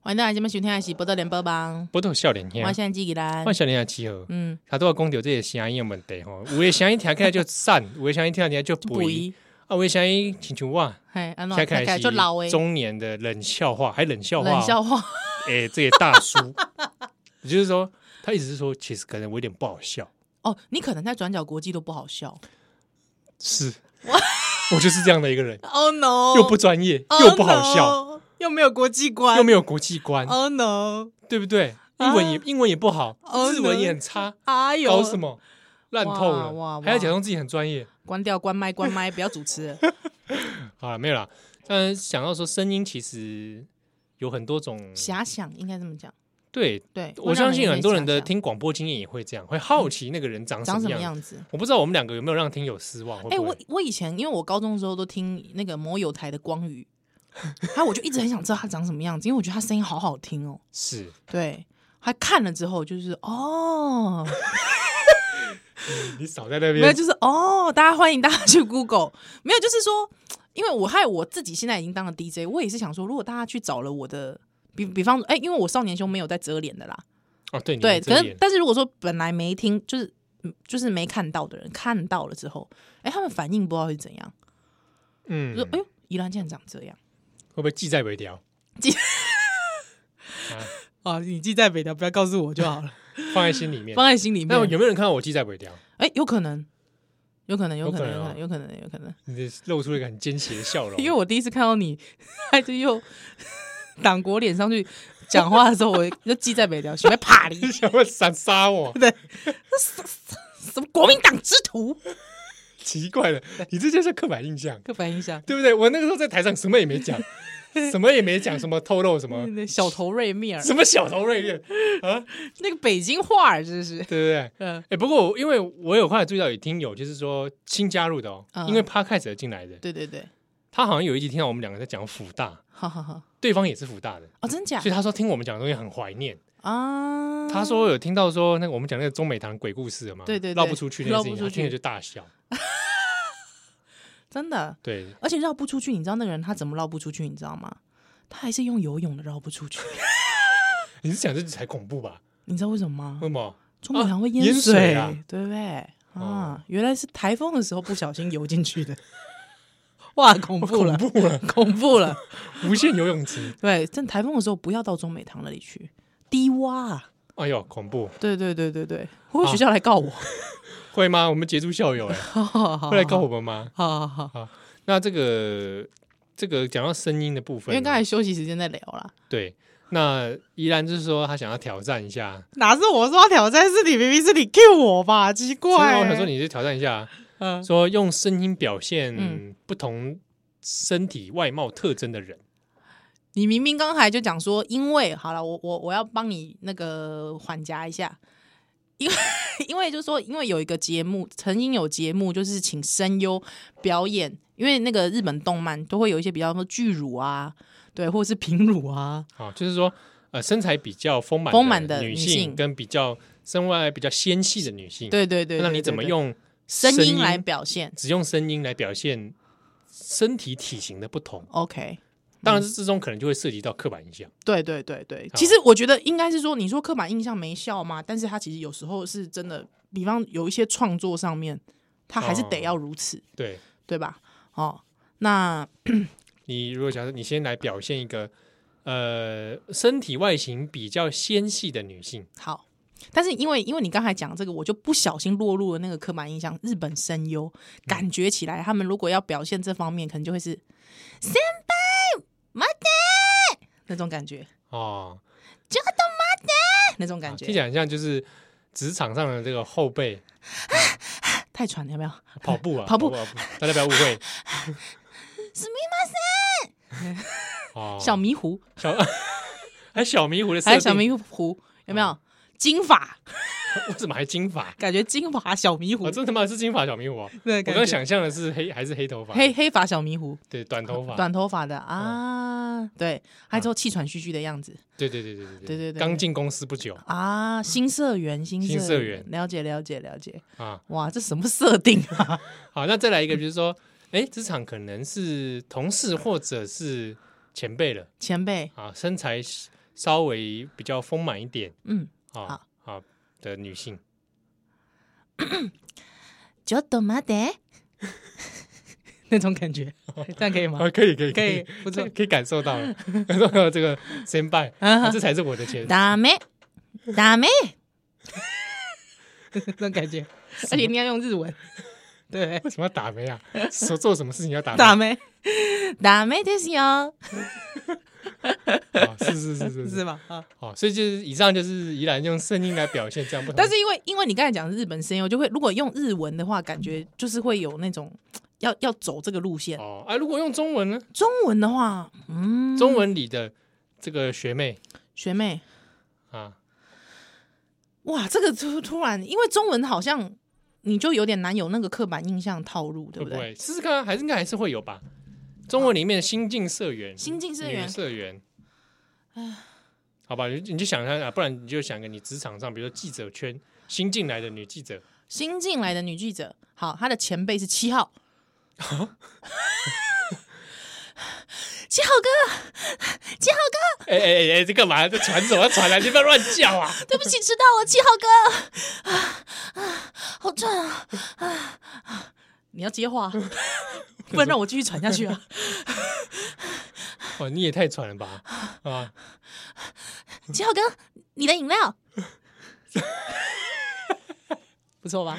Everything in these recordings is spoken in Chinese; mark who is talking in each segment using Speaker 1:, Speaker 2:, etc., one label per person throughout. Speaker 1: 欢迎大家今晚收听的是《波多连播帮
Speaker 2: 不都有笑脸》，兄
Speaker 1: 我，现在记起来
Speaker 2: 换，笑脸兄集合。
Speaker 1: 嗯，
Speaker 2: 他都要讲到这个声音的问题吼，有的声音听起来就散，有的声音听起来就
Speaker 1: 不
Speaker 2: 肥，
Speaker 1: 一，
Speaker 2: 啊，有的声音亲像我
Speaker 1: 嘿，安怎
Speaker 2: 听
Speaker 1: 看
Speaker 2: 起
Speaker 1: 起
Speaker 2: 来
Speaker 1: 来
Speaker 2: 是
Speaker 1: 就老诶，
Speaker 2: 中年的冷笑话，还冷笑
Speaker 1: 冷
Speaker 2: 话，
Speaker 1: 笑话，
Speaker 2: 哎，这个大叔， 也就是说，他一直是说，其实可能我有点不好笑，
Speaker 1: 哦，你可能在转角国际都不好笑
Speaker 2: 是，我就是这样的一个人，
Speaker 1: ，Oh no，
Speaker 2: 又不专业，
Speaker 1: Oh
Speaker 2: 又不好笑，
Speaker 1: no，又没有国际观
Speaker 2: 又没有国际观，
Speaker 1: ，Oh no，
Speaker 2: 对不对？
Speaker 1: 啊
Speaker 2: 英文也英文也不好，
Speaker 1: Oh
Speaker 2: 日文也很差，
Speaker 1: 哎呦，
Speaker 2: 搞什么？烂透
Speaker 1: 哇哇
Speaker 2: 了，
Speaker 1: 哇
Speaker 2: 还要假装自己很专业。
Speaker 1: 关掉，关麦，关麦，不要主持 了。
Speaker 2: 好了，没有啦。但想要说声音其实有很多种，
Speaker 1: 遐想应该这么讲，
Speaker 2: 对
Speaker 1: 对
Speaker 2: 我相信很多人的
Speaker 1: 会让
Speaker 2: 听广播经验也会这样，会好奇那个人长
Speaker 1: 人
Speaker 2: 什
Speaker 1: 想长
Speaker 2: 么
Speaker 1: 什么
Speaker 2: 样。
Speaker 1: 样子。
Speaker 2: 我不知道我们两个有没有让听友失望。会不
Speaker 1: 哎，
Speaker 2: 会
Speaker 1: 我我以前因为我高中的时候都听那个某友台的光宇，然后我就一直很想知道他长什么样子，因为我觉得他声音好好听哦。
Speaker 2: 是
Speaker 1: 对，他看了之后就是哦，
Speaker 2: 你少在那
Speaker 1: 没有
Speaker 2: 边
Speaker 1: 就是哦，大家欢迎大家去 Google，没有就是说，因为我害我自己现在已经当了 DJ，我也是想说，如果大家去找了我的。比比方说，哎、因为我少年兄没有在遮脸的啦，
Speaker 2: 哦，对你
Speaker 1: 对，
Speaker 2: 们这
Speaker 1: 可是
Speaker 2: 边
Speaker 1: 但是如果说本来没听，就是嗯就是没看到的人看到了之后，哎、他们反应不知道是怎样，
Speaker 2: 嗯，
Speaker 1: 就说哎
Speaker 2: 会
Speaker 1: 呦，宜兰竟然长这样
Speaker 2: 不会记在尾条？
Speaker 1: 记
Speaker 2: 啊
Speaker 1: 啊！你记在北条，不要告诉我就好了，
Speaker 2: 放在心里面。
Speaker 1: 放在心里面
Speaker 2: 那。有没有人看到我记在尾条？
Speaker 1: 哎、有可能，有可能，有
Speaker 2: 有
Speaker 1: 可能，哦
Speaker 2: 可
Speaker 1: 有可
Speaker 2: 能
Speaker 1: 能，有可能，有可能，
Speaker 2: 你的露出了一个很奸邪的笑容，
Speaker 1: 因为 我第一次看到你，他就又 党国脸上去讲话的时候，我就记在北条，学会啪你
Speaker 2: 想要闪杀我。
Speaker 1: 什么国民党之徒，
Speaker 2: 奇怪了，你这就是刻板印象。
Speaker 1: 刻板印象，
Speaker 2: 对不对？我那个时候在台上什么也没 讲，什么也没讲，什么透露什么
Speaker 1: 那小头瑞米尔，
Speaker 2: 什么小头锐利，
Speaker 1: 那个北京话儿，真是
Speaker 2: 对不，对？
Speaker 1: 嗯
Speaker 2: 哎、不过我因为我有后来注意到有听友，就是说新加入的哦，
Speaker 1: 嗯
Speaker 2: 因为 Podcast 而进来的，
Speaker 1: 对对对，
Speaker 2: 他好像有一集听到我们两个在讲福大，
Speaker 1: 好好好，
Speaker 2: 对方也是福大的，
Speaker 1: 哦，真假
Speaker 2: 所以他说听我们讲的东西很怀念。
Speaker 1: 啊？
Speaker 2: 他说有听到说那个我们讲那个中美堂鬼故事了嘛，
Speaker 1: 对对对
Speaker 2: 绕不出去那件事情，
Speaker 1: 绕不出
Speaker 2: 他
Speaker 1: 去
Speaker 2: 听了就大笑。
Speaker 1: 真的，
Speaker 2: 对，
Speaker 1: 而且绕不出去，你知道那个人他怎么绕不出去，你知道吗？他还是用游泳的绕不出去，
Speaker 2: 你是讲这才恐怖吧？
Speaker 1: 你知道为什么吗
Speaker 2: 为？什么？
Speaker 1: 中美堂会
Speaker 2: 啊淹
Speaker 1: 淹
Speaker 2: 水
Speaker 1: 水，
Speaker 2: 啊
Speaker 1: 对不对？
Speaker 2: 哦
Speaker 1: 啊，原来是台风的时候不小心游进去的， 哇， 恐怖了，
Speaker 2: 恐怖了，
Speaker 1: 恐怖了！
Speaker 2: 无限游泳池，
Speaker 1: 对，趁台风的时候不要到中美堂那里去，低洼啊。
Speaker 2: 哎呦，恐怖，
Speaker 1: 对对对对对，会不会学校来告我？
Speaker 2: 会吗？我们杰出校友哎、
Speaker 1: 好好好
Speaker 2: 会来告我们吗？
Speaker 1: 好好好，
Speaker 2: 那这个这个讲到声音的部
Speaker 1: 因
Speaker 2: 分呢，
Speaker 1: 为刚才休息时间在聊啦。
Speaker 2: 对，那依然就是说他想要挑战一下，
Speaker 1: 哪是我说要挑战，是你明明是你 Q 我吧？奇
Speaker 2: 所
Speaker 1: 怪、
Speaker 2: 以我想说你就挑战一下，
Speaker 1: 嗯，
Speaker 2: 说用声音表
Speaker 1: 嗯
Speaker 2: 现不同身体外貌特征的人，
Speaker 1: 你明明刚才就讲说，因为好了，我我我要帮你那个缓夹一下，因为因为就是说，因为有一个节目，曾经有节目就是请声优表演，因为那个日本动漫都会有一些比较说巨乳啊，对，或者是平乳啊，
Speaker 2: 好，就是说呃身材比较丰满
Speaker 1: 丰满的
Speaker 2: 女
Speaker 1: 女
Speaker 2: 性
Speaker 1: 性
Speaker 2: 跟比较身外比较纤细的女性，，
Speaker 1: 对对对
Speaker 2: 嗯那你怎么用
Speaker 1: 声
Speaker 2: 声
Speaker 1: 音
Speaker 2: 音
Speaker 1: 来表现
Speaker 2: 只用声音来表现身体体型的不同？
Speaker 1: ？OK，嗯
Speaker 2: 当然，这之中可能就会涉及到刻板印象。
Speaker 1: 对对对对，
Speaker 2: 好
Speaker 1: 其实我觉得应该是说，你说刻板印象没效吗？但是他其实有时候是真的，比方有一些创作上面，他还是
Speaker 2: 哦
Speaker 1: 得要如此，
Speaker 2: 对
Speaker 1: 对吧？哦，那
Speaker 2: 你，如果假设你先来表现一个呃身体外形比较纤细的女性。
Speaker 1: 好，但是因为因为你刚才讲这个，我就不小心落入了那个刻板印象，日本声优
Speaker 2: 嗯
Speaker 1: 感觉起来，他们如果要表现这方面，可能就会是先輩待て那种感觉，
Speaker 2: 哦，
Speaker 1: 那种感
Speaker 2: 啊听起
Speaker 1: 觉，
Speaker 2: 来很像就是职场上的这个后辈
Speaker 1: 太喘了，有没有？
Speaker 2: 跑步啊，
Speaker 1: 跑步
Speaker 2: 大家不要误会。 史密马森，哦，
Speaker 1: 小迷糊，
Speaker 2: 小还小迷糊的设
Speaker 1: 还
Speaker 2: 定，哦
Speaker 1: 有小迷糊，有没有？金发，
Speaker 2: 我怎么还 金发？
Speaker 1: 感觉金发小迷糊
Speaker 2: 我，真他妈是金发小迷糊啊！
Speaker 1: 对，
Speaker 2: 我
Speaker 1: 感
Speaker 2: 刚
Speaker 1: 觉
Speaker 2: 刚想象的是黑还是黑头发？
Speaker 1: 黑黑发小迷糊，
Speaker 2: 对短头发，哦
Speaker 1: 短头发的啊，对，还有之后气喘吁吁的样子
Speaker 2: 对对对对对
Speaker 1: 对对对
Speaker 2: 刚进公司不久
Speaker 1: 啊，新社员，新
Speaker 2: 新社
Speaker 1: 社
Speaker 2: 员，
Speaker 1: 了解了解了解，
Speaker 2: 啊。
Speaker 1: 哇，这什么设定啊？
Speaker 2: 好，那再来一个，就是说，哎，职场可能是同事或者是前辈了
Speaker 1: 前辈
Speaker 2: 啊，身材稍微比较丰满一点
Speaker 1: 嗯，
Speaker 2: 啊啊的女性。
Speaker 1: ちょっと待って，那种感 觉，这样可以吗
Speaker 2: 啊，？可以可以
Speaker 1: 可以，不错
Speaker 2: 这。可以感受到了， 感受到这个先拜，
Speaker 1: 啊
Speaker 2: 这才是我的钱。
Speaker 1: ダメ，ダメ， 那种感觉，而且你要用日 文，对，
Speaker 2: 为什么要打没啊？所做什么事情要打
Speaker 1: ダ
Speaker 2: 没？
Speaker 1: メ，ダメですよ，
Speaker 2: 啊，是是是是是
Speaker 1: 是。吧？啊，
Speaker 2: 哦，所以就是以上就是依然用声音来表现这样不同。
Speaker 1: 但是因为因为你刚才讲日本声优，就会如果用日文的话，感觉就是会有那种要要走这个路线。
Speaker 2: 哦啊，如果用中文呢？
Speaker 1: 中文的话，嗯，
Speaker 2: 中文里的这个学妹
Speaker 1: 学妹，
Speaker 2: 啊，
Speaker 1: 哇，这个突突然，因为中文好像你就有点难有那个刻板印象套路，对不
Speaker 2: 会不
Speaker 1: 对？
Speaker 2: 会试试看啊？还是应该还是会有吧。中文里面新进社员，
Speaker 1: 新进社员
Speaker 2: 女社员，好吧，你你就想看啊，不然你就想个你职场上，比如说记者圈新进来的女记 者，
Speaker 1: 新进来的女记者，好，她的前辈是七号。七号哥，七号哥，
Speaker 2: 哎哎哎，这干嘛？这传什么传啊？你不要乱叫 啊！
Speaker 1: 对不起，迟到了，七号哥，啊啊，好赚啊啊啊！你要接话，不然让我继续传下去啊！
Speaker 2: 哦哇，你也太传了吧！啊，
Speaker 1: 七号哥，你的饮料， 不错吧？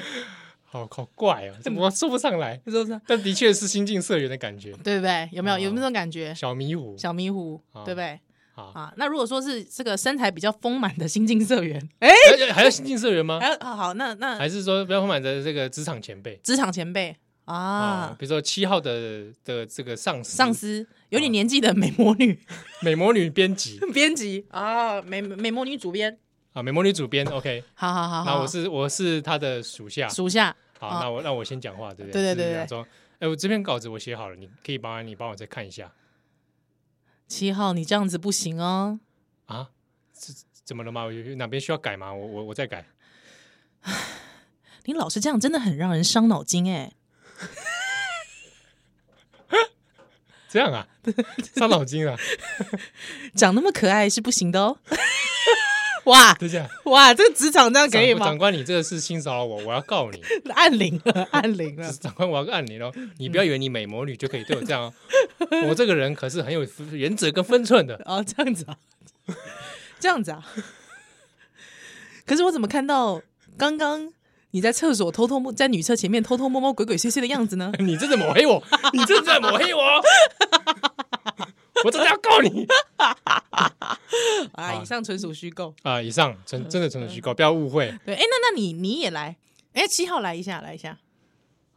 Speaker 2: 好好怪哦，怎么说不上来？
Speaker 1: 不错不错，
Speaker 2: 但的确是新进社员的感觉，
Speaker 1: 对不对？有没有有没有那种感觉？
Speaker 2: 哦小迷糊
Speaker 1: 小迷糊，
Speaker 2: 啊
Speaker 1: 对不对？
Speaker 2: 啊，
Speaker 1: 啊，那如果说是这个身材比较丰满的新进社员，哎，
Speaker 2: 还要还要新进社员吗
Speaker 1: 还？有啊，好，那那
Speaker 2: 还是说不要满的这个职场前辈
Speaker 1: 职场前辈
Speaker 2: 啊
Speaker 1: 啊，，
Speaker 2: 比如说七号的的这个上司、
Speaker 1: 上司有点年纪的美魔女
Speaker 2: 美魔女编辑
Speaker 1: 编辑啊，美美魔女主编，
Speaker 2: 啊，美魔女主编，OK，
Speaker 1: 好好好，
Speaker 2: 那
Speaker 1: 好
Speaker 2: 我是啊我是他的属下，
Speaker 1: 哦属下，
Speaker 2: 好，那我那我先讲话，对不
Speaker 1: 对对
Speaker 2: 对
Speaker 1: 对
Speaker 2: 就是讲说，哎，我这篇稿子我写好了，你可以帮你帮我再看一下
Speaker 1: 七号，你这样子不行哦，
Speaker 2: 啊？这怎么了吗？有有哪边需要改吗？我我我再改。
Speaker 1: 你老是这样真的很让人伤脑筋哎，
Speaker 2: 这样啊， 伤脑筋啊，
Speaker 1: 长那么可爱是不行的哦， 哇
Speaker 2: 就这样
Speaker 1: 哇，这个职场这样 可以
Speaker 2: 长长
Speaker 1: 吗？
Speaker 2: 官，你这个是性骚扰我，我要 告你。
Speaker 1: 按铃了，按铃了，
Speaker 2: 长官，我要按你喽！你不要以为你美魔女就可以对我 这样哦，我这个人可是很有原则跟分寸的。
Speaker 1: 哦，这样子啊，这样子啊。 可是我怎么看到刚刚你在厕所偷偷摸在女厕前面偷偷摸摸、鬼鬼祟祟的样子呢？
Speaker 2: 你这是抹 黑我，你这是在抹黑我，我真的要告你
Speaker 1: 啊，以上纯属虚构。
Speaker 2: 啊！以上真真的纯属虚构，不要误会
Speaker 1: 对，哎，那那你你也来，哎，七号来一下，来一下，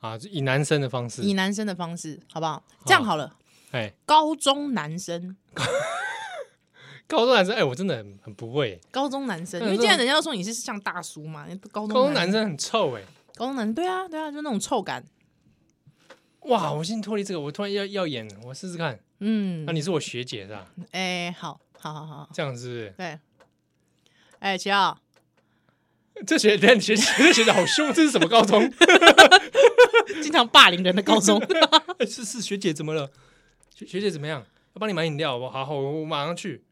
Speaker 2: 啊！以男生的方式
Speaker 1: 以，男生的方式好不好？这样好了，
Speaker 2: 哎，
Speaker 1: 高中男生，
Speaker 2: 高中男生，哎，我真的很很不会，
Speaker 1: 高中男生，
Speaker 2: 嗯
Speaker 1: 因为现在人家都说你是像大叔嘛，高
Speaker 2: 高中
Speaker 1: 中
Speaker 2: 男
Speaker 1: 生，
Speaker 2: 生很臭哎。
Speaker 1: 高中男生，对啊，对啊，就那种臭感，
Speaker 2: 哇！我先脱离这个，我突然要要演，我试试看。啊
Speaker 1: 嗯
Speaker 2: 那，你是我学姐是吧？
Speaker 1: 哎，好，好好好，
Speaker 2: 这样是不是？
Speaker 1: 对，哎，七号。
Speaker 2: 这学等一下你学这学长好凶，这是什么 高中？
Speaker 1: 经常霸凌人的高中。
Speaker 2: 是是学姐怎么了？学学姐怎么样？要帮你买饮料，我好好，我我马上去。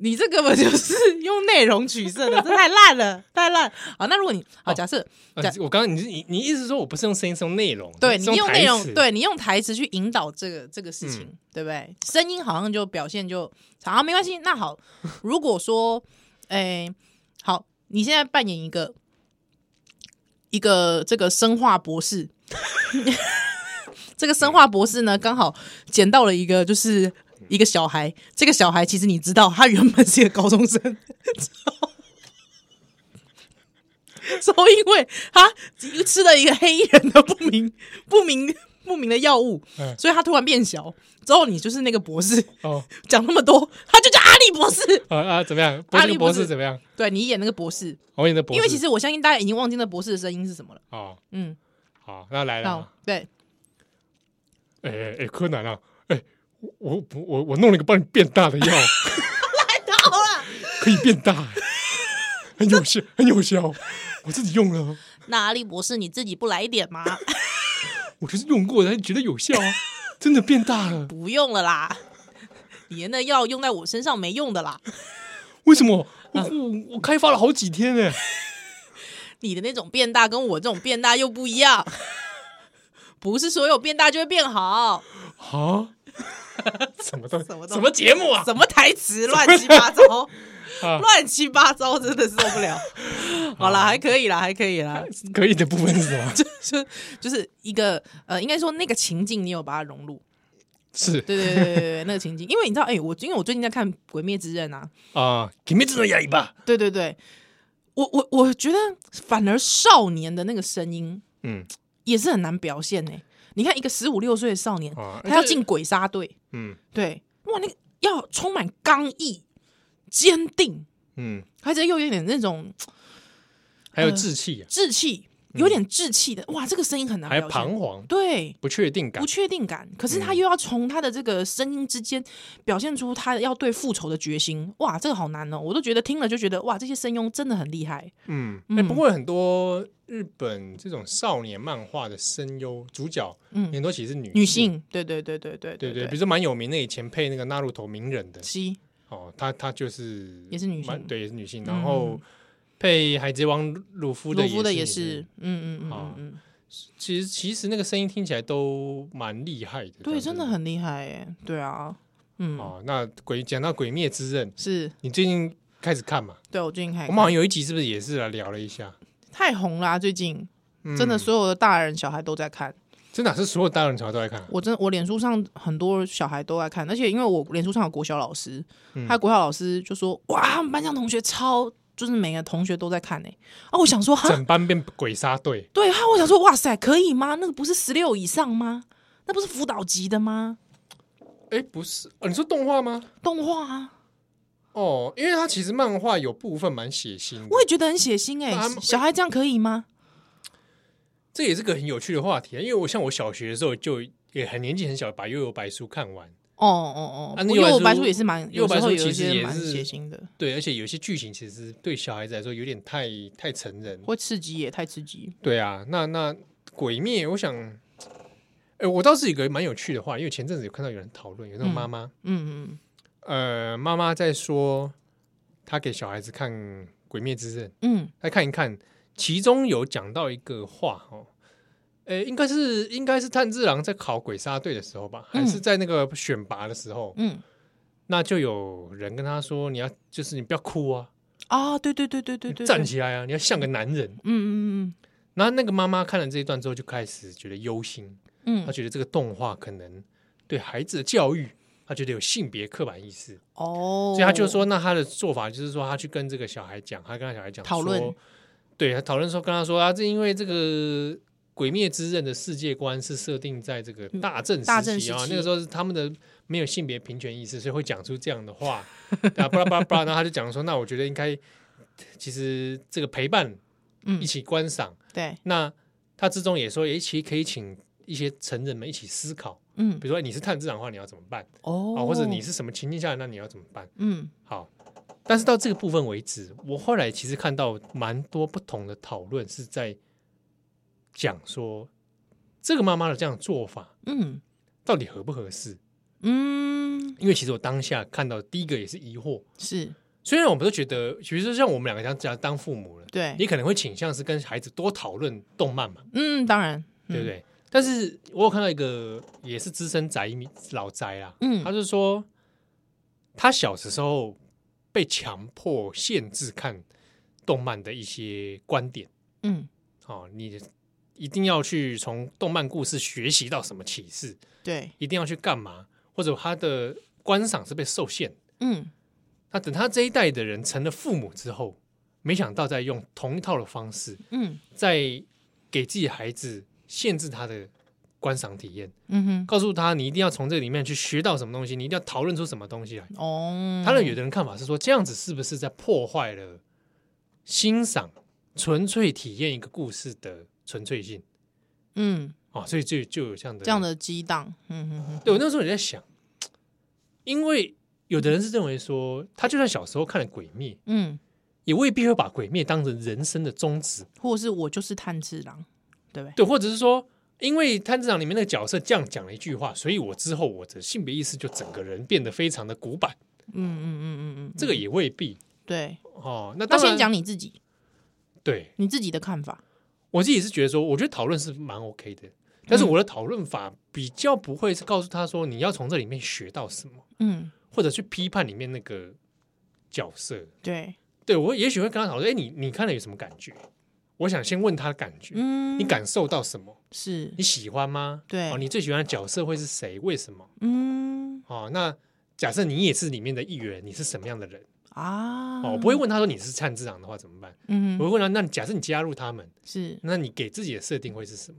Speaker 1: 你这根本就是用内容取胜的，这太烂了，太烂。好，那如果你好，假设
Speaker 2: 啊
Speaker 1: 对、
Speaker 2: 我刚刚你是你你意思是说我不是用声音，是用内容，
Speaker 1: 对
Speaker 2: 是
Speaker 1: 你
Speaker 2: 用
Speaker 1: 用
Speaker 2: 台
Speaker 1: 内容
Speaker 2: 词，嗯
Speaker 1: 对你用台词去引导这个这个事情，对不对？声音好像就表现就好，没关系。那好，如果说，诶、好，你现在扮演一个一个这个生化博士。 这个生化博士呢，刚好捡到了一个，就是一个小孩。这个小孩其实你知道，他原本是一个高中生， 所以因为他吃了一个黑衣人的不明不明 不明的药物，
Speaker 2: 嗯
Speaker 1: 所以他突然变小。之后你就是那个博士，
Speaker 2: 哦
Speaker 1: 讲那么多，他就叫阿力博士。
Speaker 2: 啊啊，怎么样？
Speaker 1: 阿
Speaker 2: 博
Speaker 1: 力
Speaker 2: 士
Speaker 1: 不
Speaker 2: 博
Speaker 1: 是
Speaker 2: 士怎么样？
Speaker 1: 对你演那个博士，
Speaker 2: 我演的博士，
Speaker 1: 因为其实我相信大家已经忘记那博士的声音是什么了。
Speaker 2: 哦
Speaker 1: 嗯，
Speaker 2: 好，那来
Speaker 1: 好
Speaker 2: 了，，
Speaker 1: 对，
Speaker 2: 哎哎哎，柯南啊，哎，我我我我我弄了一个帮你变大的 药，
Speaker 1: 好了，
Speaker 2: 可以变大，很有效，很有效，我自己用了，
Speaker 1: 那阿力博士你自己不来一点 吗？
Speaker 2: 我就是用过的，还觉得有效啊，真的变大了。
Speaker 1: 不用了啦，你的那药用在我身上没用的啦。
Speaker 2: 为什么我
Speaker 1: 嗯
Speaker 2: 我我开发了好几天呢？
Speaker 1: 你的那种变大跟我这种变大又不一样，不是所有变大就会变好。
Speaker 2: 啊， 什么东西？
Speaker 1: 什么东西
Speaker 2: 什么节目啊？
Speaker 1: 什么台词乱七八 糟，
Speaker 2: 啊
Speaker 1: 乱七八糟，真的受不 了。好啦，还可以啦，还可以啦，
Speaker 2: 可以的部分是什么？
Speaker 1: 就就是一个呃，应该说那个情境，你有把它融入。
Speaker 2: 是
Speaker 1: 对对对对对 对，那个情境，因为你知道，哎、我因为我最近在看《鬼灭之刃》啊，
Speaker 2: 啊，前面这种哑巴，
Speaker 1: 对对对，我我我觉得反而少年的那个声音
Speaker 2: 嗯
Speaker 1: 也是很难表现呢、哎你看一个十五六岁的少年，
Speaker 2: 啊，
Speaker 1: 他要进鬼杀队，
Speaker 2: 嗯
Speaker 1: 哦对，哇，那个要充满刚毅、坚定，
Speaker 2: 嗯，
Speaker 1: 而且又有点那种
Speaker 2: 还
Speaker 1: 呃
Speaker 2: 有志气啊，
Speaker 1: 志气，有点志气的，哇，这个声音很难
Speaker 2: 还
Speaker 1: 表
Speaker 2: 有
Speaker 1: 现。
Speaker 2: 彷徨、
Speaker 1: 对，
Speaker 2: 不确定感
Speaker 1: 不，确定感，可是他又要从他的这个声音之间表现出他要对复仇的决心，哇，这个好难哦！我都觉得听了就觉得哇，这些声优真的很厉害。
Speaker 2: 嗯，哎，不过很多日本这种少年漫画的声优主角，
Speaker 1: 嗯
Speaker 2: 很多其实是女
Speaker 1: 女
Speaker 2: 性，
Speaker 1: 性，对对对对对
Speaker 2: 嗯对对，
Speaker 1: 对
Speaker 2: 比如说蛮有名的，以前配那个纳入头鸣人的
Speaker 1: 七
Speaker 2: 哦，她她就是
Speaker 1: 也是女性
Speaker 2: 蛮对，也是女性，
Speaker 1: 嗯
Speaker 2: 然后配海贼王鲁夫的
Speaker 1: 鲁夫的也
Speaker 2: 女
Speaker 1: 是
Speaker 2: 性，，
Speaker 1: 嗯嗯嗯
Speaker 2: 哦
Speaker 1: 嗯嗯，
Speaker 2: 其实其实那个声音听起来都蛮厉害的，
Speaker 1: 对，真的
Speaker 2: 很。
Speaker 1: 很厉害耶，对啊，嗯，
Speaker 2: 哦，那鬼讲到《鬼灭之刃》，
Speaker 1: 是
Speaker 2: 你最近开始看嘛？
Speaker 1: 对我最近看
Speaker 2: 我，们好像有一集是不是也是来聊了一下？
Speaker 1: 太红啦，最近
Speaker 2: 嗯
Speaker 1: 真的所有的大人小孩都在看。
Speaker 2: 真的啊是所有大人潮都在看啊，
Speaker 1: 我真我脸书上很多小孩都在看，而且因为我脸书上有国小老师，
Speaker 2: 嗯
Speaker 1: 他国小老师就说：“哇，他们班上同学超，就是每个同学都在看呢、啊，我想说哈，
Speaker 2: 整班变鬼杀队。
Speaker 1: 对哈，我想说哇塞，可以吗？那个不是十六以上吗？那不是辅导级的吗？
Speaker 2: 哎，不是、哦，你说动画吗？
Speaker 1: 动画啊，
Speaker 2: 哦，因为它其实漫画有部分蛮血腥的
Speaker 1: 我，也觉得很血腥哎、
Speaker 2: 那他们
Speaker 1: 小孩这样可以吗？
Speaker 2: 这也是个很有趣的话题啊。因为我像我小学的时候就也很年纪很小，把《悠悠白书》看完，
Speaker 1: 哦哦
Speaker 2: 啊
Speaker 1: 哦，
Speaker 2: 那
Speaker 1: 因为
Speaker 2: 右
Speaker 1: 我
Speaker 2: 白
Speaker 1: 白
Speaker 2: 书
Speaker 1: 书也是蛮，
Speaker 2: 右
Speaker 1: 有
Speaker 2: 白
Speaker 1: 时
Speaker 2: 书
Speaker 1: 候有
Speaker 2: 其
Speaker 1: 一
Speaker 2: 实也
Speaker 1: 些蛮
Speaker 2: 是
Speaker 1: 血腥的，
Speaker 2: 对，而且有些剧情其实对小孩子来说有点太太成人，
Speaker 1: 会刺激也太刺激。
Speaker 2: 对啊，那那鬼灭，我想，哎、我倒是有个蛮有趣的话，因为前阵子有看到有人讨论，有那种妈妈，
Speaker 1: 嗯嗯
Speaker 2: 呃，妈妈在说她给小孩子看《鬼灭之刃》，
Speaker 1: 嗯，
Speaker 2: 来看一看，其中有讲到一个话哦。呃，应该是应该是炭治郎在考鬼杀队的时候吧，还是在那个选拔的时候，
Speaker 1: 嗯
Speaker 2: 那就有人跟他说：“你要就是你不要哭啊，
Speaker 1: 啊，对对对对对
Speaker 2: 你
Speaker 1: 对，对
Speaker 2: 站起来啊，你要像个男人。
Speaker 1: 嗯嗯”
Speaker 2: 然后那个妈妈看了这一段之后，就开始觉得忧心，
Speaker 1: 嗯嗯，
Speaker 2: 他觉得这个动画可能对孩子的教育，他觉得有性别刻板意识，
Speaker 1: 哦，
Speaker 2: 所以他就说，那他的做法就是说，他去跟这个小孩讲，他跟他小孩讲
Speaker 1: 讨论
Speaker 2: 说，对他讨论说，跟他说啊，这因为这个。《鬼灭之刃》的世界观是设定在这个大正
Speaker 1: 嗯大正
Speaker 2: 期啊，
Speaker 1: 时期
Speaker 2: 那个时候是他们的没有性别平权意识，所以会讲出这样的话啊，巴拉巴拉巴拉。然后他就讲说，那我觉得应该，其实这个陪伴
Speaker 1: 嗯
Speaker 2: 一起观赏，
Speaker 1: 对，
Speaker 2: 那他之中也说，也其实可以请一些成人们一起思考，
Speaker 1: 嗯
Speaker 2: 比如说你是探自然的话，你要怎么办
Speaker 1: 哦
Speaker 2: 啊、或者你是什么情境下，那你要怎么办？
Speaker 1: 嗯
Speaker 2: 好，但是到这个部分为止，我后来其实看到蛮多不同的讨论是在讲说，这个妈妈的这样做法
Speaker 1: 嗯
Speaker 2: 到底合不合适？
Speaker 1: 嗯
Speaker 2: 因为其实我当下看到第一个也是疑惑，
Speaker 1: 是
Speaker 2: 虽然我们都觉得，比如说像我们两个这样这样当父母了，
Speaker 1: 对
Speaker 2: 你可能会倾向是跟孩子多讨论动漫嘛。
Speaker 1: 嗯当然
Speaker 2: 对不对？但是我有看到一个也是资深宅迷老宅啦，
Speaker 1: 嗯
Speaker 2: 他就说他小的时候被强迫限制看动漫的一些观点
Speaker 1: 嗯
Speaker 2: 哦，你一定要去从动漫故事学习到什么启示，
Speaker 1: 对
Speaker 2: 一定要去干嘛，或者他的观赏是被受限的。
Speaker 1: 嗯
Speaker 2: 那等他这一代的人成了父母之后，没想到再用同一套的方式，
Speaker 1: 嗯
Speaker 2: 在给自己孩子限制他的观赏体验。
Speaker 1: 嗯哼
Speaker 2: 告诉他你一定要从这里面去学到什么东西，你一定要讨论出什么东西来。
Speaker 1: 哦，
Speaker 2: 当然，有的人看法是说，这样子是不是在破坏了欣赏、纯粹体验一个故事的纯粹性
Speaker 1: 嗯
Speaker 2: 啊、哦所以就就有这样的
Speaker 1: 这样。的激荡，嗯哼哼，
Speaker 2: 对我那时候也在想，因为有的人是认为说，他就算小时候看了《鬼灭》，
Speaker 1: 嗯，
Speaker 2: 也未必会把《鬼灭》当成人生的宗旨，
Speaker 1: 或者是我就是炭治郎，对不对？
Speaker 2: 对，或者是说。因为《炭治郎》里面那个角色这样讲了一句话，所以我之后我的性别意识就整个人变得非常的古板，
Speaker 1: 嗯嗯嗯嗯嗯，
Speaker 2: 这个也未必。
Speaker 1: 对，
Speaker 2: 哦，那
Speaker 1: 那
Speaker 2: 当然
Speaker 1: 先讲你自己，
Speaker 2: 对
Speaker 1: 你自己的看法。
Speaker 2: 我自己是觉得说，我觉得讨论是蛮 OK 的，但是
Speaker 1: 嗯
Speaker 2: 我的讨论法比较不会是告诉他说你要从这里面学到什么，
Speaker 1: 嗯，
Speaker 2: 或者去批判里面那个角色。
Speaker 1: 对，
Speaker 2: 对我也许会跟他讨论，哎，你你看了有什么感觉？我想先问他的感觉，
Speaker 1: 嗯，
Speaker 2: 你感受到什么？
Speaker 1: 是
Speaker 2: 你，喜欢吗？
Speaker 1: 对
Speaker 2: 哦，你最喜欢的角色会是谁？为什么？
Speaker 1: 嗯
Speaker 2: 哦，那假设你也是里面的一员，你是什么样的人？
Speaker 1: 啊，
Speaker 2: 哦，我不会，问他说你是灿之郎的话怎么办？
Speaker 1: 嗯
Speaker 2: 我
Speaker 1: 哼，
Speaker 2: 会问他，那你假设你加入他们，
Speaker 1: 是。
Speaker 2: 那你给自己的设定会是什么？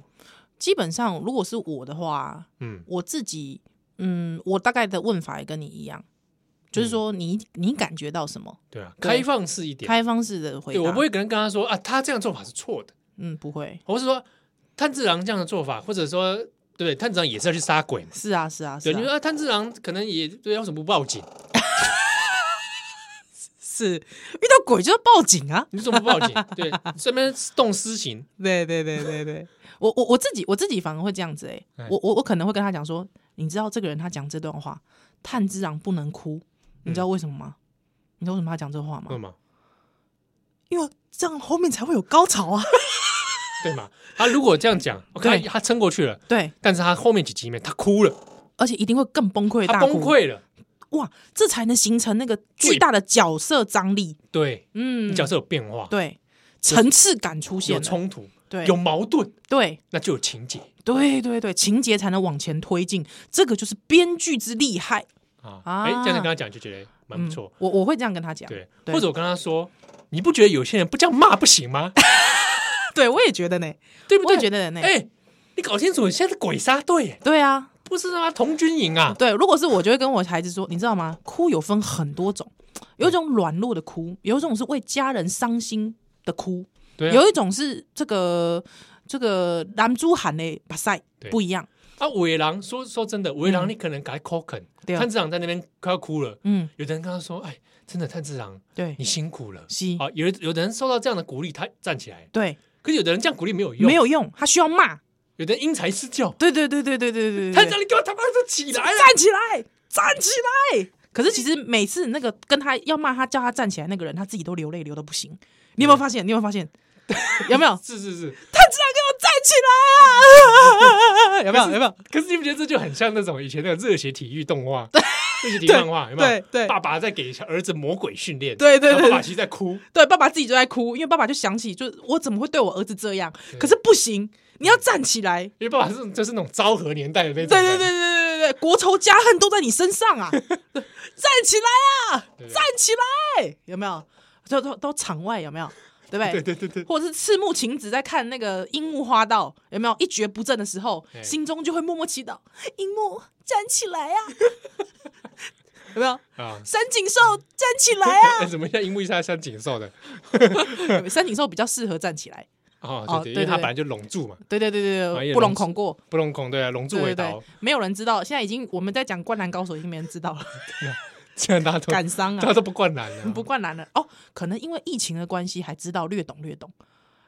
Speaker 1: 基本上，如果是我的话，
Speaker 2: 嗯，
Speaker 1: 我自己，嗯，我大概的问法也跟你一样，就是说你你感觉到什么？
Speaker 2: 对啊，
Speaker 1: 对
Speaker 2: 开放式一点，
Speaker 1: 开放式的回
Speaker 2: 嗯对
Speaker 1: 答，
Speaker 2: 我不会跟跟他说啊，他这样做法是错的，
Speaker 1: 嗯，不会，
Speaker 2: 我是说炭治郎这样的做法，或者说对不对，炭治郎也是要去杀鬼嘛。
Speaker 1: 是啊，是啊，是
Speaker 2: 对，你说
Speaker 1: 啊，
Speaker 2: 啊，炭治郎可能也对，为什么不报警？
Speaker 1: 是遇到鬼就要报警啊！
Speaker 2: 你怎么不报警？对，这边动私刑，
Speaker 1: 对对对对对， 我我我自己我自己反而会这样子哎、
Speaker 2: 哎
Speaker 1: 我我我可能会跟他讲说，你知道这个人他讲这段话，炭之郎不能哭，
Speaker 2: 嗯
Speaker 1: 你知道为什么吗？你知道为什么他讲这话吗？
Speaker 2: 对吗？
Speaker 1: 因为这样后面才会有高潮啊！
Speaker 2: 对吗？他如果这样讲，哦他
Speaker 1: 对
Speaker 2: 他撑过去了，
Speaker 1: 对，
Speaker 2: 但是他后面几集里面他哭了，
Speaker 1: 而且一定会更崩溃，
Speaker 2: 他
Speaker 1: 大
Speaker 2: 崩
Speaker 1: 哭
Speaker 2: 溃了，
Speaker 1: 哇，这才能形成那个巨大的角色张力，
Speaker 2: 对，
Speaker 1: 嗯，
Speaker 2: 角色有变化，
Speaker 1: 对层次感出现
Speaker 2: 有
Speaker 1: 了，
Speaker 2: 冲突，
Speaker 1: 对
Speaker 2: 有矛盾，
Speaker 1: 对
Speaker 2: 那就有情节
Speaker 1: 对对对，情节才能往前推进，这个就是编剧之厉害，
Speaker 2: 啊。
Speaker 1: 啊
Speaker 2: 哎，这样子跟他讲就觉得蛮不错
Speaker 1: 嗯，，我我会这样跟他讲，
Speaker 2: 对，
Speaker 1: 对
Speaker 2: 或者我跟他说，你不觉得有些人不这样骂不行吗？
Speaker 1: 对我也觉得呢，
Speaker 2: 对不
Speaker 1: 我
Speaker 2: 对？
Speaker 1: 也觉得呢，
Speaker 2: 哎，你搞清楚，现在是鬼杀队耶，
Speaker 1: 对啊，
Speaker 2: 不是他妈同军营啊，
Speaker 1: 对，如果是我，就会跟我孩子说，你知道吗？哭有分很多种，有一种软弱的哭，有一种是为家人伤心的哭，
Speaker 2: 对啊
Speaker 1: 有一种是这个这个男猪喊的巴塞
Speaker 2: 对
Speaker 1: 不一样，
Speaker 2: 啊，尾狼说说真的，尾狼
Speaker 1: 嗯
Speaker 2: 你可能改 c o c
Speaker 1: 对
Speaker 2: n
Speaker 1: 啊
Speaker 2: 炭治郎在那边快要哭了，
Speaker 1: 嗯，
Speaker 2: 有的人跟他说，哎，真的炭治郎
Speaker 1: 对
Speaker 2: 你，辛苦了。
Speaker 1: 是，
Speaker 2: 啊，有有的人受到这样的鼓励，他站起来；
Speaker 1: 对，
Speaker 2: 可是有的人这样鼓励没有用，
Speaker 1: 没有用，他需要骂，
Speaker 2: 有的人因材施教，
Speaker 1: 对对对对对对对对，
Speaker 2: 他让你给我他妈的起来 了，
Speaker 1: 站起来，站起来。可是其实每次那个跟他要骂他叫他站起来那个人，他自己都流泪流的不行。你有没有发现？你有没有发现？有没有？
Speaker 2: 是是是，
Speaker 1: 他只要给我站起来啊！有没有？有没有？
Speaker 2: 可是你不觉得这就很像那种以前那个热血体育 动画、热血体育漫画，有没有？
Speaker 1: 对对
Speaker 2: 爸爸在给小儿子魔鬼训练，
Speaker 1: 对对
Speaker 2: 然后
Speaker 1: 对
Speaker 2: 爸爸其实在哭，
Speaker 1: 对，爸爸自己就在哭，因为爸爸就想起，就是我怎么会对我儿子这样？
Speaker 2: 对
Speaker 1: 可是不行，你要站起来。
Speaker 2: 因为爸爸是就是那种昭和年代的那种
Speaker 1: 对对
Speaker 2: 人，
Speaker 1: 对对对对对，国仇家恨都在你身上啊！对站起来啊！
Speaker 2: 对对
Speaker 1: 站起来！有没有？都都都场外有没有？对不对？
Speaker 2: 对对对对，
Speaker 1: 或者是赤木晴子在看那个樱木花道有没有一蹶不振的时候，
Speaker 2: 哎
Speaker 1: 心中就会默默祈祷樱木站起来 啊，有没有？
Speaker 2: 啊，
Speaker 1: 三井寿站起来 啊！
Speaker 2: 哎怎么像樱木一下像井寿的
Speaker 1: 三井寿比较适合站起来，
Speaker 2: 哦，
Speaker 1: 哦对
Speaker 2: 对对，因
Speaker 1: 对
Speaker 2: 为他
Speaker 1: 对
Speaker 2: 本来就拢住嘛，
Speaker 1: 对对对
Speaker 2: 啊
Speaker 1: 对
Speaker 2: 也
Speaker 1: 对，不
Speaker 2: 龙
Speaker 1: 容恐过，
Speaker 2: 不拢孔对啊，拢住
Speaker 1: 对对
Speaker 2: 为岛
Speaker 1: 对，，没有人知道，现在已经我们在讲灌篮高手，已经没人知道 了，
Speaker 2: 现 在大家都
Speaker 1: 感伤
Speaker 2: 大家
Speaker 1: 啊，
Speaker 2: 都不灌篮了，
Speaker 1: 不灌篮了哦，可能因为疫情的关系，还知道略懂略懂，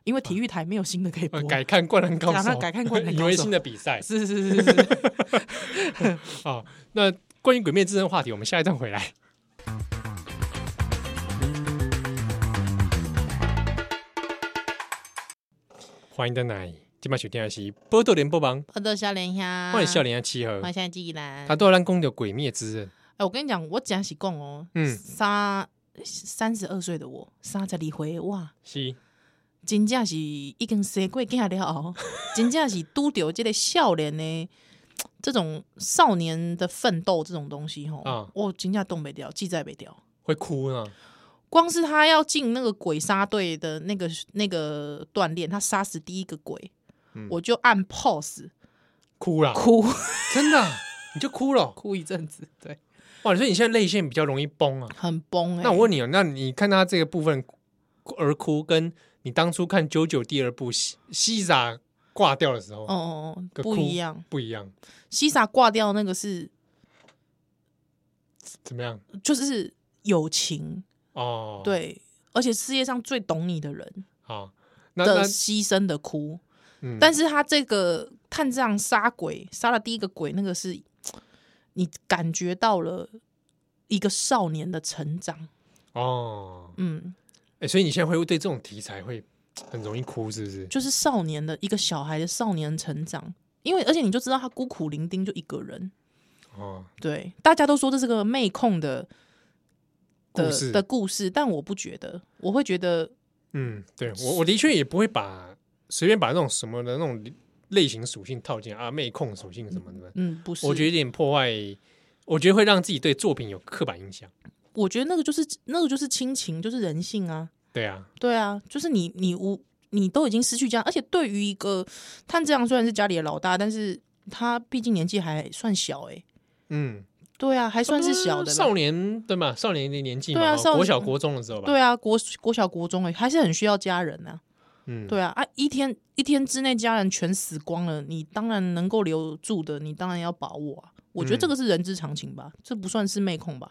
Speaker 1: 因为体育台没有新的可以播
Speaker 2: 呃，改看《灌篮高手
Speaker 1: 改》，啊看改看灌篮高手
Speaker 2: 以为新的比赛
Speaker 1: 是是是是是，
Speaker 2: 啊。那关于《鬼灭之刃》的话题，我们下一段回来。欢迎登来，今晚收听的是《波多连播榜》，
Speaker 1: 我的笑脸虾
Speaker 2: 欢迎笑，脸的七和，
Speaker 1: 现在纪兰
Speaker 2: 他都要让公的《鬼灭之刃》。
Speaker 1: 哎、我跟你讲，我讲是讲哦，
Speaker 2: 嗯
Speaker 1: 嗯，三三十二岁的我，三十二岁哇，
Speaker 2: 是，
Speaker 1: 真正是已经生过囝了 后，真正是拄着这个少年呢，这种少年的奋斗这种东西吼，
Speaker 2: 啊
Speaker 1: 我真正冻不掉，记载不掉。
Speaker 2: 会哭呢，
Speaker 1: 光是他要进那个鬼杀队的那个那个锻炼，他杀死第一个鬼，
Speaker 2: 嗯
Speaker 1: 我就按 pose
Speaker 2: 哭啦，
Speaker 1: 哭
Speaker 2: 真的啊、你就哭了
Speaker 1: 哭一阵子，对，
Speaker 2: 哇！所以你现在泪腺比较容易崩啊。
Speaker 1: 很崩哎、
Speaker 2: 那我问你哦，那你看他这个部分哭而哭，跟你当初看《九九》第二部西西萨挂掉的时候，
Speaker 1: 哦哦
Speaker 2: 个
Speaker 1: 哦，
Speaker 2: 哭
Speaker 1: 不一样，
Speaker 2: 不一样，
Speaker 1: 西萨挂掉那个是
Speaker 2: 怎么样？
Speaker 1: 就是友情，
Speaker 2: 哦，，
Speaker 1: 对，而且世界上最懂你的人
Speaker 2: 好，那那
Speaker 1: 的牺牲的哭，
Speaker 2: 嗯，
Speaker 1: 但是他这个探长杀鬼杀了第一个鬼，那个是你感觉到了一个少年的成长，
Speaker 2: 哦，
Speaker 1: 嗯，
Speaker 2: 哎、所以你现在会对这种题材会很容易哭，是不是？
Speaker 1: 就是少年的一个小孩的少年成长，因为而且你就知道他孤苦伶仃，就一个人。
Speaker 2: 哦，
Speaker 1: 对，大家都说这是个妹控的的
Speaker 2: 故事
Speaker 1: 的故事，但我不觉得，我会觉得
Speaker 2: 嗯，对我我的确也不会把随便把那种什么的那种类型属性套进来啊，妹控属性什么的，
Speaker 1: 嗯不是。
Speaker 2: 我觉得有点破坏，我觉得会让自己对作品有刻板印象。
Speaker 1: 我觉得那个就是那个就是亲情，就是人性啊。
Speaker 2: 对啊，
Speaker 1: 对啊，就是你你无你都已经失去家，而且对于一个炭治郎虽然是家里的老大，但是他毕竟年纪还算小哎、
Speaker 2: 嗯，
Speaker 1: 对啊，还算是小的吧
Speaker 2: 少。年对嘛，少年的年纪嘛，
Speaker 1: 对啊
Speaker 2: 哦
Speaker 1: 少
Speaker 2: 国小国中的时候吧，
Speaker 1: 对啊，国国小国中哎、还是很需要家人啊。
Speaker 2: 嗯，
Speaker 1: 对啊，啊一天一天之内家人全死光了，你当然能够留住的，你当然要把握啊。我觉得
Speaker 2: 嗯
Speaker 1: 这个是人之常情吧，这不算是妹控吧？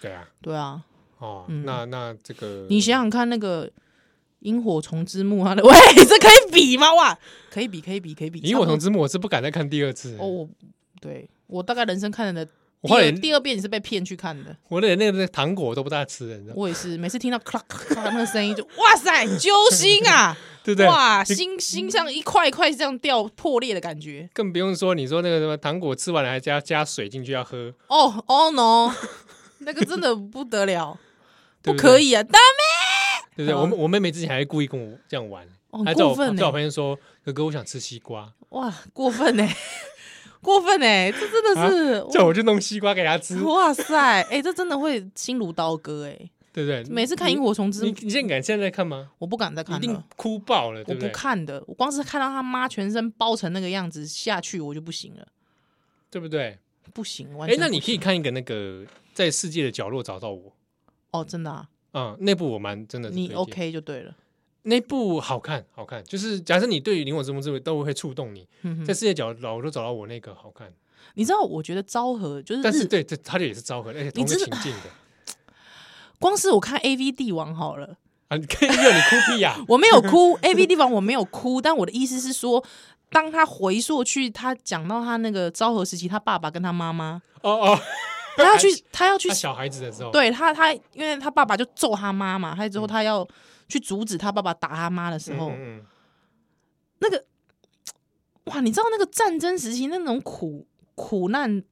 Speaker 2: 对啊，
Speaker 1: 对啊，
Speaker 2: 哦，
Speaker 1: 嗯
Speaker 2: 那那这个
Speaker 1: 你想想看那个。萤火虫之墓啊， 喂，这可以比吗？哇，可以比，可以比，可以比。
Speaker 2: 萤火
Speaker 1: 差不多
Speaker 2: 虫之墓，我是不敢再看第二次。
Speaker 1: 哦，我对我大概人生看的
Speaker 2: 我
Speaker 1: 第
Speaker 2: 后
Speaker 1: 二
Speaker 2: 来
Speaker 1: 第二遍也是被骗去看的，
Speaker 2: 我连那个糖果都不大吃了，你知道吗
Speaker 1: 我也是每次听到咔啦咔啦咔啦那个声音就哇塞揪心啊，
Speaker 2: 对不对？
Speaker 1: 哇心心上一块一块这样掉破裂的感觉。
Speaker 2: 更不用说你说那个什么糖果吃完了还加加水进去要喝，
Speaker 1: 哦哦 no，那个真的不得了，
Speaker 2: 对
Speaker 1: 不
Speaker 2: 不
Speaker 1: 可
Speaker 2: 以，
Speaker 1: 以啊！但
Speaker 2: 对不对？
Speaker 1: 好
Speaker 2: 我妹我妹妹之前还故意跟我这样玩，
Speaker 1: 哦
Speaker 2: 她
Speaker 1: 很
Speaker 2: 叫
Speaker 1: 过
Speaker 2: 我
Speaker 1: 分
Speaker 2: 叫我
Speaker 1: 呢、
Speaker 2: 朋友说：“哥哥，我想吃西瓜。
Speaker 1: 哇，过分呢、 过分呢、这真的是、”
Speaker 2: 叫我去弄西瓜给她吃，
Speaker 1: 哇塞， 哎、这真的会心如刀割哎、
Speaker 2: 对不对？
Speaker 1: 每次看萤火虫之
Speaker 2: 你
Speaker 1: 墓，
Speaker 2: 你现在敢现在看吗？
Speaker 1: 我不敢再看
Speaker 2: 一
Speaker 1: 了，
Speaker 2: 定哭爆了，对
Speaker 1: 我不
Speaker 2: 对？
Speaker 1: 看的，我光是看到他妈全身包成那个样子下去，我就不行了，
Speaker 2: 对不对？
Speaker 1: 不行，完
Speaker 2: 哎
Speaker 1: 全，不
Speaker 2: 那你
Speaker 1: 行
Speaker 2: 可以看一个那个在世界的角落找到我
Speaker 1: 哦，真的啊，
Speaker 2: 啊，那部我蛮真的是推
Speaker 1: 你
Speaker 2: 荐
Speaker 1: OK 就对了，
Speaker 2: 那部好看好看，就是假设你对于灵火之墓这部都会触动你，
Speaker 1: 嗯
Speaker 2: 在
Speaker 1: 哼
Speaker 2: 世界角落我都找到我那个好看，
Speaker 1: 你知道，我觉得昭和就是
Speaker 2: 但
Speaker 1: 日，
Speaker 2: 是对，这它就也是昭和，而且同
Speaker 1: 你
Speaker 2: 个
Speaker 1: 真
Speaker 2: 情
Speaker 1: 的
Speaker 2: 境的。
Speaker 1: 光是我看 A V 帝王好了，
Speaker 2: 啊，你可以让你哭屁 啊呀、
Speaker 1: 我没有哭，A V 帝王我没有哭，但我的意思是说。当他回溯去，他讲到他那个昭和时期，他爸爸跟他妈妈，
Speaker 2: 哦哦，
Speaker 1: 他要去，他要去
Speaker 2: 他，小孩子的时候，，
Speaker 1: 对他，他因为他爸爸就揍他妈嘛，他之后他要去阻止他爸爸打他妈的时
Speaker 2: 嗯
Speaker 1: 候，
Speaker 2: 嗯嗯
Speaker 1: 那个哇，你知道那个战争时期那种苦苦难，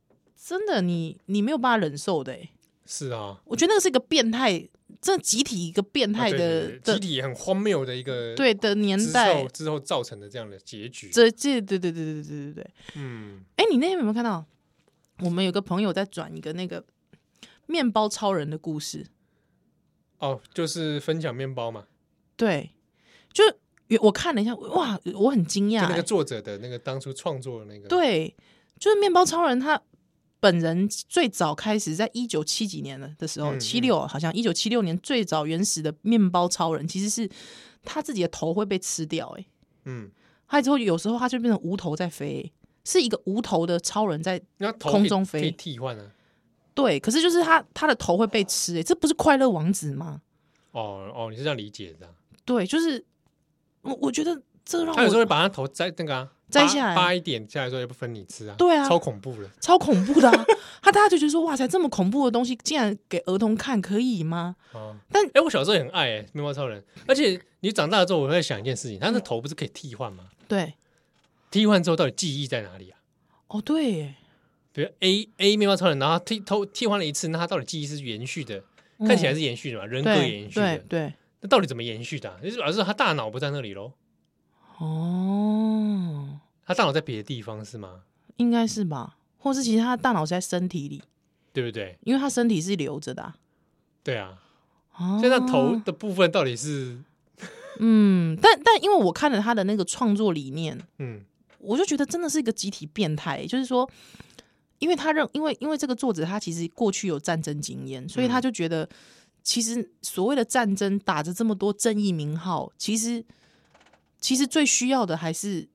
Speaker 1: 真的你你没有办法忍受的、欸。
Speaker 2: 是啊，
Speaker 1: 我觉得那个是一个变态，这集体一个变态
Speaker 2: 啊对
Speaker 1: 的
Speaker 2: 对对集体很荒谬的一个
Speaker 1: 的对的年
Speaker 2: 之
Speaker 1: 代
Speaker 2: 后，之后造成的这样的结局，
Speaker 1: 这这对对对对对对对对。
Speaker 2: 嗯，
Speaker 1: 哎、你那天有没有看到？我们有个朋友在转一个那个面包超人的故事，
Speaker 2: 哦，就是分享面包嘛，
Speaker 1: 对，就我看了一下，哇，我很惊
Speaker 2: 就
Speaker 1: 讶、
Speaker 2: 那个
Speaker 1: 欸，
Speaker 2: 作者的那个当初创作的那个，，
Speaker 1: 对，就是面包超人他本人最早开始在一九七几年的的时候，
Speaker 2: 嗯
Speaker 1: 七六好像一九七六年最早原始的面包超人其实是他自己的头会被吃掉、欸，哎，
Speaker 2: 嗯，
Speaker 1: 他之后有时候他就变成无头在飞、欸是一个无头的超人在
Speaker 2: 那头
Speaker 1: 空
Speaker 2: 可以
Speaker 1: 中
Speaker 2: 可以
Speaker 1: 飞
Speaker 2: 替换啊，
Speaker 1: 对，可是就是他他的头会被吃、欸，这不是快乐王子吗？
Speaker 2: 哦哦，你是这样理解的啊，
Speaker 1: 对，就是我我觉得这让
Speaker 2: 他有时候
Speaker 1: 我
Speaker 2: 会把他头摘那个啊，
Speaker 1: 摘
Speaker 2: 扒
Speaker 1: 下来
Speaker 2: 扒一点下来之后也不分你吃啊，
Speaker 1: 对啊
Speaker 2: 超恐怖的，
Speaker 1: 超恐怖的、啊，他大家就觉得说哇塞，这么恐怖的东西竟然给儿童看可以吗？
Speaker 2: 哦，
Speaker 1: 但
Speaker 2: 哎、我小时候也很爱哎、面包超人，而且你长大了之后，我在想一件事情，他的
Speaker 1: 嗯
Speaker 2: 头不是可以替换吗？
Speaker 1: 对，
Speaker 2: 替换之后到底记忆在哪里啊？
Speaker 1: 哦对耶，
Speaker 2: 比如 A A 面包超人，然后他替偷替换了一次，那他到底记忆是延续的？看起来
Speaker 1: 是
Speaker 2: 是延续的嘛，人格
Speaker 1: 嗯对
Speaker 2: 延续
Speaker 1: 对
Speaker 2: 的，
Speaker 1: 对，
Speaker 2: 那到底怎么延续的、啊？就是表示他大脑不在那里喽，
Speaker 1: 哦，
Speaker 2: 他大脑在别的地方是吗？
Speaker 1: 应该是吧？或是其实他的大脑是在身体里，
Speaker 2: 对不对？
Speaker 1: 因为他身体是留着的、啊。
Speaker 2: 对啊，
Speaker 1: 哦
Speaker 2: 所以他头的部分到底是
Speaker 1: 嗯，但但因为我看了他的那个创作理念，
Speaker 2: 嗯
Speaker 1: 我就觉得真的是一个集体变态，就是说，因为他认，因为因为这个作者他其实过去有战争经验，所以他就觉得，其实所谓的战争打着这么多正义名号，其实其实最需要的还是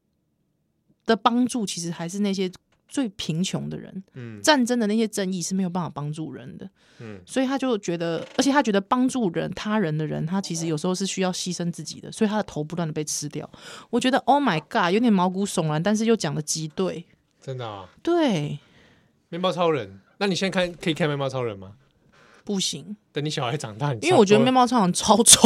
Speaker 1: 的帮助，其实还是那些最贫穷的人。
Speaker 2: 嗯
Speaker 1: 战争的那些正义是没有办法帮助人的，
Speaker 2: 嗯
Speaker 1: 所以他就觉得，而且他觉得帮助人他人的人，他其实有时候是需要牺牲自己的，所以他的头不断的被吃掉。我觉得 Oh my God，有点毛骨悚然，但是又讲的极对，
Speaker 2: 真的啊，
Speaker 1: 对，
Speaker 2: 面包超人。那你现在看可以看面包超人吗？
Speaker 1: 不行，
Speaker 2: 等你小孩长大，你
Speaker 1: 因为我觉得面
Speaker 2: 面
Speaker 1: 包超人超丑。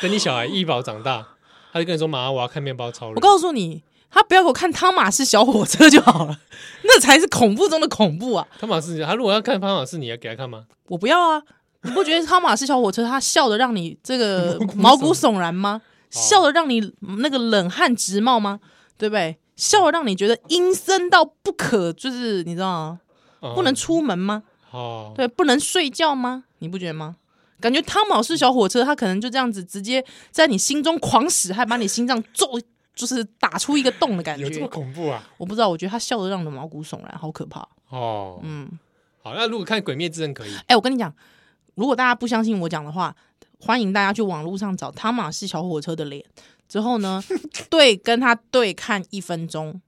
Speaker 2: 等你小孩医保长大，他就跟你说：“妈，我要看面包超人。”
Speaker 1: 我告诉你，他不要给我看汤马士小火车就好了，那才是恐怖中的恐怖啊！
Speaker 2: 汤马士，他如果要看汤马士，你要给他看吗？
Speaker 1: 我不要啊！你不觉得汤马士小火车他笑的让你这 个毛骨悚然
Speaker 2: 哦
Speaker 1: 吗？笑的让你那个冷汗直冒吗？对不对？笑的让你觉得阴森到不可，就是你知道吗？
Speaker 2: 哦
Speaker 1: 不能出门吗？
Speaker 2: 哦，
Speaker 1: 对，不能睡觉吗？你不觉得吗？感觉汤马士小火车，他可能就这样子直接在你心中狂使，还把你心脏揍，就是打出一个洞的感
Speaker 2: 有这
Speaker 1: 觉
Speaker 2: 么。恐怖啊？
Speaker 1: 我不知道，我觉得他笑得让人毛骨悚然，好可怕。
Speaker 2: 哦，
Speaker 1: 嗯，
Speaker 2: 好，那如果看《鬼灭之刃》可以，
Speaker 1: 哎、我跟你讲，如果大家不相信我讲的话，欢迎大家去网络上找汤马士小火车的脸，之后呢，对跟他对看一分钟，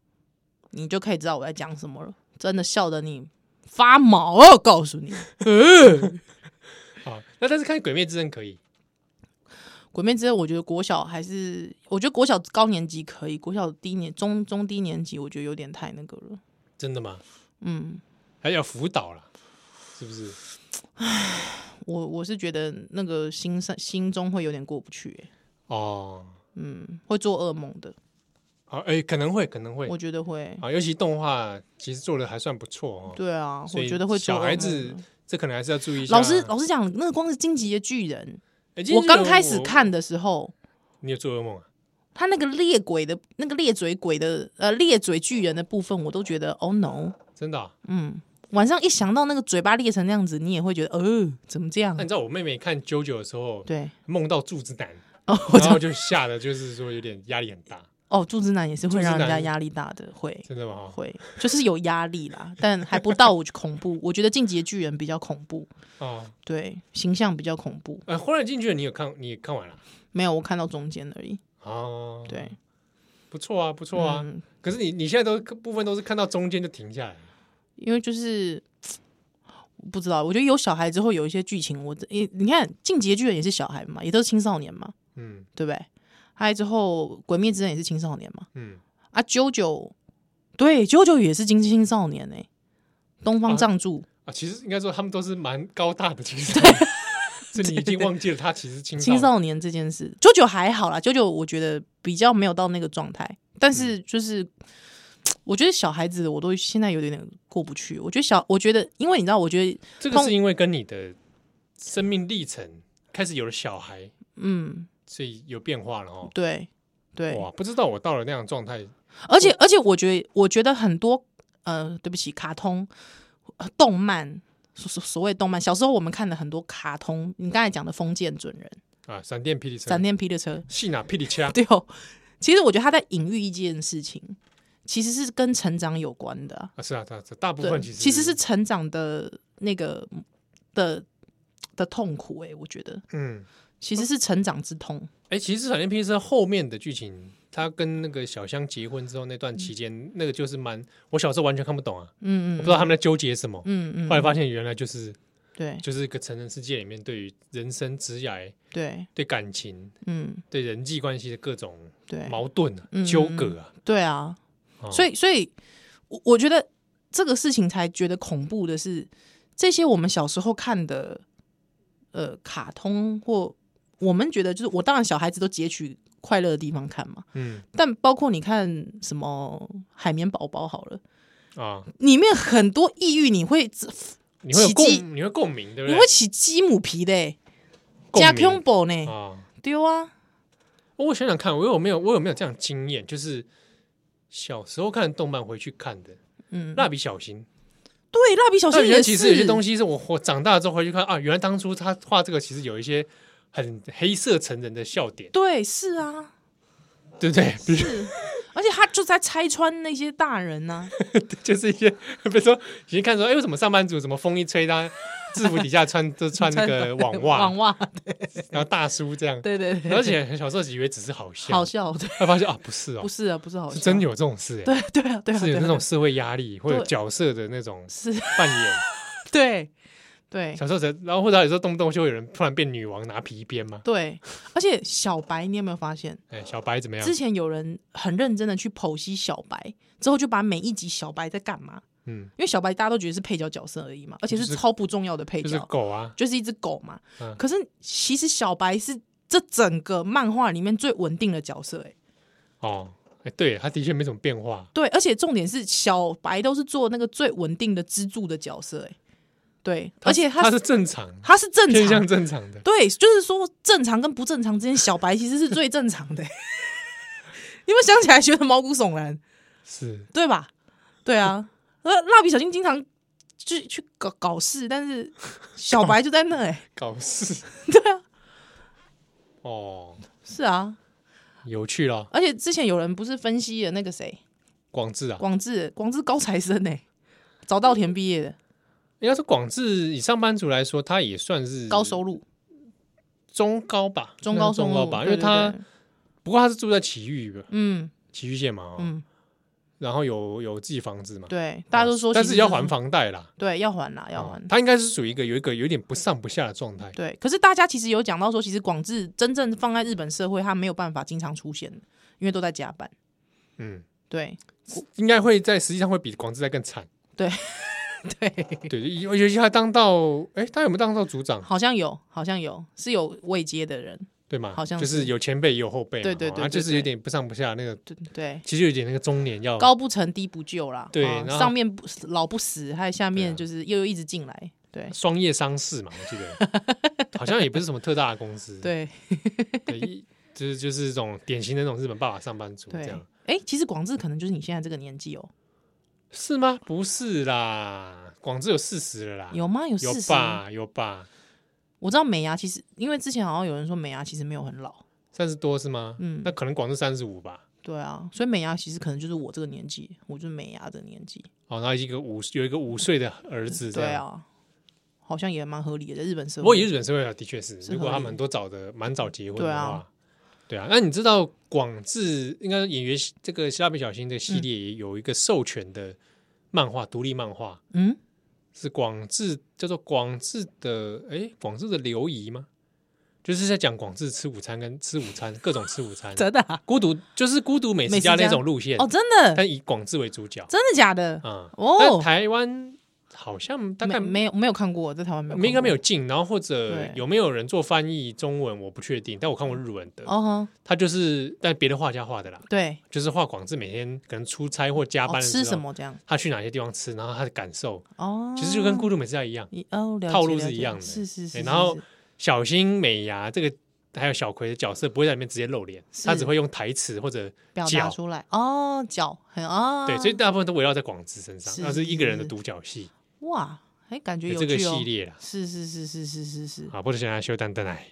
Speaker 1: 你就可以知道我在讲什么了。真的笑得你发毛哦，告诉你，
Speaker 2: 好，哦那但是看《鬼灭之刃》可以，
Speaker 1: 鬼灭之刃，我觉得国小还是，我觉得国小高年级可以，国小低年中中低年级，我觉得有点太那个了。
Speaker 2: 真的吗？
Speaker 1: 嗯，
Speaker 2: 还要辅导啦，是不是？
Speaker 1: 我我是觉得那个心上心中会有点过不去、欸
Speaker 2: 哦，
Speaker 1: 嗯，会做噩梦的，
Speaker 2: 好，哎，可能会，可能会
Speaker 1: 我觉得会。
Speaker 2: 啊，尤其动画其实做的还算不错哦。
Speaker 1: 对啊，
Speaker 2: 所
Speaker 1: 我
Speaker 2: 以
Speaker 1: 觉得会做
Speaker 2: 小
Speaker 1: 噩
Speaker 2: 孩
Speaker 1: 梦
Speaker 2: 子
Speaker 1: 的。
Speaker 2: 这可能还是要注意一下。
Speaker 1: 老师，老师讲，那个光是《荆棘的巨人
Speaker 2: 哎，今》，天
Speaker 1: 我
Speaker 2: 这个
Speaker 1: 刚开始，看的时候，
Speaker 2: 你有做噩梦啊？
Speaker 1: 他那个裂鬼的、那个裂嘴鬼的、呃，裂嘴巨人的部分，我都觉得，Oh no，
Speaker 2: 真的啊？
Speaker 1: 嗯，晚上一想到那个嘴巴裂成那样子，你也会觉得，呃，怎么这样
Speaker 2: 那？你知道我妹妹看《JoJo 的时候，
Speaker 1: 对，
Speaker 2: 梦到柱子男，
Speaker 1: 哦，我知
Speaker 2: 然
Speaker 1: 道
Speaker 2: 后就吓得就是说有点压力很大，
Speaker 1: 哦，柱子男也是
Speaker 2: 柱
Speaker 1: 会
Speaker 2: 子
Speaker 1: 让人家
Speaker 2: 男
Speaker 1: 压力大的，会
Speaker 2: 真的吗？哦
Speaker 1: 会，就是有压力啦，但还不到我恐怖。 我觉得《进击的巨人》比较恐怖，
Speaker 2: 哦，
Speaker 1: 对，形象比较恐怖。
Speaker 2: 呃，《忽然进去了》你有看，你看完了？
Speaker 1: 没有，我看到中间而已。
Speaker 2: 哦，
Speaker 1: 对，
Speaker 2: 不错啊，不错啊。
Speaker 1: 嗯
Speaker 2: 可是你你现在都部分都是看到中间就停下来了，
Speaker 1: 因为就是不知道，我觉得有小孩之后有一些剧情，我你你看《进击的巨人》也是小孩嘛，也都是青少年嘛，
Speaker 2: 嗯
Speaker 1: 对不对？还有之后《鬼灭之刃》也是青少年嘛，
Speaker 2: 嗯，
Speaker 1: 啊，啾啾，对，啾啾也是青青少年哎、东
Speaker 2: 啊
Speaker 1: 方仗助、
Speaker 2: 啊，其实应该说他们都是蛮高大的青少 这你已经忘记了他其实青
Speaker 1: 青
Speaker 2: 少
Speaker 1: 少年这件事，啾啾还好啦，啾啾我觉得比较没有到那个状态，但是
Speaker 2: 嗯
Speaker 1: 就是。我觉得小孩子我都现在有点点过不去。我觉得小，我觉得，因为你知道，我觉得，
Speaker 2: 这个是因为跟你的生命历程开始有了小孩，
Speaker 1: 嗯，
Speaker 2: 所以有变化了哦。
Speaker 1: 对，对，
Speaker 2: 哇，不知道我到了那样的状态，
Speaker 1: 而且而且，我觉得我觉得很多呃，对不起，卡通、呃动漫，所所所谓动漫，小时候我们看的很多卡通，你刚才讲的《封建准人》
Speaker 2: 啊，闪电霹雳
Speaker 1: 《闪
Speaker 2: 车，
Speaker 1: 电霹雳车
Speaker 2: 细拿霹雳枪》，
Speaker 1: 对哦，其实我觉得他在隐喻一件事情，其实是跟成长有关的啊、
Speaker 2: 啊，是啊，是啊，是啊大部
Speaker 1: 对，
Speaker 2: 分其实
Speaker 1: 其实是成长的那个的的痛苦、欸，我觉得
Speaker 2: 嗯，
Speaker 1: 其实是成长之痛。
Speaker 2: 哎，其实闪电霹雳车后面的剧情。他跟那个小香结婚之后那段期间，那个就是蛮我小时候完全看不懂啊，我
Speaker 1: 嗯
Speaker 2: 不
Speaker 1: 嗯
Speaker 2: 知道他们在纠结什么。
Speaker 1: 嗯嗯，
Speaker 2: 后来发现原来就是
Speaker 1: 对
Speaker 2: 就是一个成人世界里面对于人生、职涯、
Speaker 1: 对，
Speaker 2: 对感情、
Speaker 1: 嗯
Speaker 2: 对人际关系的各种
Speaker 1: 对，
Speaker 2: 矛盾、啊
Speaker 1: 嗯、
Speaker 2: 纠葛啊。
Speaker 1: 对啊，
Speaker 2: 哦
Speaker 1: 所以，所以我我觉得这个事情才觉得恐怖的是，这些我们小时候看的呃卡通或我们觉得就是我当然小孩子都截取快乐的地方看嘛，
Speaker 2: 嗯
Speaker 1: 但包括你看什么海绵宝宝好了，
Speaker 2: 啊，
Speaker 1: 里面很多抑郁，你会
Speaker 2: 你会有
Speaker 1: 奇
Speaker 2: 共
Speaker 1: 迹，
Speaker 2: 你会共鸣，对不
Speaker 1: 你
Speaker 2: 对
Speaker 1: 会？起鸡母皮的、欸，
Speaker 2: 共
Speaker 1: 加
Speaker 2: 鸣
Speaker 1: c o m b 呢？
Speaker 2: 啊！
Speaker 1: 对啊，
Speaker 2: 我想想看，我有没有我有没有这样的经验？就是小时候看的动漫回去看的《
Speaker 1: 嗯，
Speaker 2: 蜡笔小新》，
Speaker 1: 对，蜡笔小
Speaker 2: 蜡
Speaker 1: 新
Speaker 2: 笔小
Speaker 1: 也
Speaker 2: 新其实有些东
Speaker 1: 西，
Speaker 2: 西是我我长大之后回去看啊，原来当初他画这个其实有一些很黑色成人的笑点，
Speaker 1: 对，是啊，
Speaker 2: 对不对？比如
Speaker 1: 是，而且他就在拆穿那些大人啊呢、
Speaker 2: 就是一些， 比如说已经看说，哎、为什么上班族怎么风一吹，他制服底下穿都穿 那个网袜
Speaker 1: 网，袜，
Speaker 2: 然后大叔这样。
Speaker 1: 对对对，
Speaker 2: 而且小时候以为只是好笑，
Speaker 1: 好笑，对，
Speaker 2: 后来发现啊，不是哦
Speaker 1: 不，是啊，不是好笑，
Speaker 2: 是真有这种事、哎，
Speaker 1: 对对啊，对啊，
Speaker 2: 是有
Speaker 1: 对啊
Speaker 2: 那种社会压力或者
Speaker 1: 对
Speaker 2: 角色的那种
Speaker 1: 是，
Speaker 2: 扮演。
Speaker 1: 对对
Speaker 2: 小时候才，然后或者有时候动不动就会有人突然变女王拿皮鞭嘛，
Speaker 1: 对，而且小白，你有没有发现，
Speaker 2: 哎、小白怎么样？
Speaker 1: 之前有人很认真的去剖析小白，之后就把每一集小白在干嘛，
Speaker 2: 嗯，
Speaker 1: 因为小白大家都觉得是配角角色而已嘛，而且
Speaker 2: 就是是
Speaker 1: 超不重要的配
Speaker 2: 就是
Speaker 1: 角，
Speaker 2: 狗啊，
Speaker 1: 就是一只狗嘛。
Speaker 2: 嗯
Speaker 1: 可是其实小白是这整个漫画里面最稳定的角色、欸，
Speaker 2: 哦，哎，对，它的确没什么变化，
Speaker 1: 对，而且重点是小白都是做那个最稳定的支柱的角色、欸，对，
Speaker 2: 它
Speaker 1: 而且
Speaker 2: 它
Speaker 1: 他
Speaker 2: 是正常，
Speaker 1: 他是正
Speaker 2: 偏向
Speaker 1: 常，
Speaker 2: 正常的，
Speaker 1: 对，就是说正常跟不正常之间，小白其实是最正常的、欸 你们想起来觉得毛骨悚然，
Speaker 2: 是
Speaker 1: 对吧？对啊，呃，蜡笔小新经常去去搞搞事，但是小白就在那、欸，哎，
Speaker 2: 搞事，
Speaker 1: 对啊，
Speaker 2: 哦，
Speaker 1: 是啊，
Speaker 2: 有趣了，
Speaker 1: 而且之前有人不是分析了那个谁，
Speaker 2: 广志啊，
Speaker 1: 广志，广志高材生哎、早稻田毕业的，
Speaker 2: 应该说广志以上班族来说，他也算是
Speaker 1: 高收入，
Speaker 2: 中高吧，
Speaker 1: 中高收
Speaker 2: 中
Speaker 1: 入
Speaker 2: 高吧，因
Speaker 1: 对
Speaker 2: 为
Speaker 1: 对
Speaker 2: 他
Speaker 1: 对
Speaker 2: 不过他是住在崎玉的
Speaker 1: 嗯
Speaker 2: 崎玉县嘛，哦
Speaker 1: 嗯，
Speaker 2: 然后有有自己房子嘛，
Speaker 1: 对，大家都说，
Speaker 2: 哦但是要还，房贷啦，
Speaker 1: 对，要还啦，要
Speaker 2: 哦
Speaker 1: 还。
Speaker 2: 他应该是属于一个有一个有点不上不下的状态，
Speaker 1: 对，可是大家其实有讲到说，其实广志真正放在日本社会，他没有办法经常出现，因为都在加班。
Speaker 2: 嗯，
Speaker 1: 对
Speaker 2: 应该会在实际上会比广志在更惨，
Speaker 1: 对，
Speaker 2: 对，尤尤其他当到，哎，他有没有当到组长？
Speaker 1: 好像有，好像有是有未接的人，
Speaker 2: 对嘛，
Speaker 1: 好像
Speaker 2: 就是是有前辈也有后辈嘛，
Speaker 1: 对对
Speaker 2: 哦
Speaker 1: 对
Speaker 2: 啊
Speaker 1: 对
Speaker 2: 就是
Speaker 1: 对
Speaker 2: 有点不上不下那个，
Speaker 1: 对对，
Speaker 2: 其实有点那个中年要
Speaker 1: 高不成低不就啦。
Speaker 2: 哦对
Speaker 1: 啊
Speaker 2: 然后
Speaker 1: 上面不老不死，还有下
Speaker 2: 对
Speaker 1: 面
Speaker 2: 啊
Speaker 1: 就是又又一直进来。对
Speaker 2: 哎双叶商事嘛，我记 得好像也不是什么特大的公司，
Speaker 1: 对
Speaker 2: 对，一就是就是这种典型的那种日本爸爸上班族这
Speaker 1: 对
Speaker 2: 样，，
Speaker 1: 哎，其实广志可能就是你现在这个年纪哦，
Speaker 2: 是吗？不是啦，广志有四十了啦，
Speaker 1: 有吗？有
Speaker 2: 啊有
Speaker 1: 四十？
Speaker 2: 吧有吧，
Speaker 1: 我知道美牙其实，因为之前好像有人说美牙其实没有很老，
Speaker 2: 三十多是吗？
Speaker 1: 嗯
Speaker 2: 那可能广志三十五吧。
Speaker 1: 对啊，所以美牙其实可能就是我这个年纪，我就是美牙的年纪。
Speaker 2: 哦，然后一个五有一个五岁的儿子，
Speaker 1: 对，啊，好像也蛮合理的，在日本社
Speaker 2: 不过以
Speaker 1: 会。
Speaker 2: 日本社会啊，的确是，
Speaker 1: 是
Speaker 2: 如果
Speaker 1: 合
Speaker 2: 他
Speaker 1: 理
Speaker 2: 们都早的蛮早结婚
Speaker 1: 对
Speaker 2: 的
Speaker 1: 啊
Speaker 2: 话，对啊，那你知道广志应该演员这个《蜡笔小新》的系列也有一个授权的漫画，独立漫画
Speaker 1: 嗯，
Speaker 2: 是广志叫做广志的哎，广志的流仪吗？就是在讲广志吃午餐跟吃午餐各种吃午餐，
Speaker 1: 真的、啊、
Speaker 2: 孤独就是孤独美食
Speaker 1: 美食
Speaker 2: 家那
Speaker 1: 家
Speaker 2: 种路线
Speaker 1: 哦，，真的，
Speaker 2: 但以广志为主角
Speaker 1: 真的假的？
Speaker 2: 啊。但
Speaker 1: 哦，
Speaker 2: 台湾好像大概
Speaker 1: 没没有没有看过，在台湾没有看过，
Speaker 2: 应该没有进，然后或者
Speaker 1: 对
Speaker 2: 有没有人做翻译中文我不确定，但我看过日文的，
Speaker 1: 哦哈，
Speaker 2: 他就是但别的画家画的啦，
Speaker 1: 对，
Speaker 2: 就是画广志每天可能出差或加班
Speaker 1: 哦
Speaker 2: 的时候
Speaker 1: 吃什，么这样？
Speaker 2: 他去哪些地方吃，然后他的感受，
Speaker 1: 哦，
Speaker 2: 其实就跟孤独美食家一样。
Speaker 1: 一哦了解
Speaker 2: 套路是
Speaker 1: 了解
Speaker 2: 一样的
Speaker 1: 是是是
Speaker 2: 哎
Speaker 1: 是
Speaker 2: 然后
Speaker 1: 是
Speaker 2: 小新、美伢这个还有小葵的角色不会在里面直接露脸，他只会用台词或者
Speaker 1: 表
Speaker 2: 脚
Speaker 1: 达出来哦，脚很哦，
Speaker 2: 对，所以大部分都围绕在广志身上，
Speaker 1: 是
Speaker 2: 那是一个人的
Speaker 1: 是
Speaker 2: 独角戏，
Speaker 1: 哇，哎，感觉
Speaker 2: 有
Speaker 1: 有哦
Speaker 2: 这个
Speaker 1: 趣哦
Speaker 2: 系，列啦。
Speaker 1: 是是是是是是是，
Speaker 2: 啊，不是想要修蛋蛋来。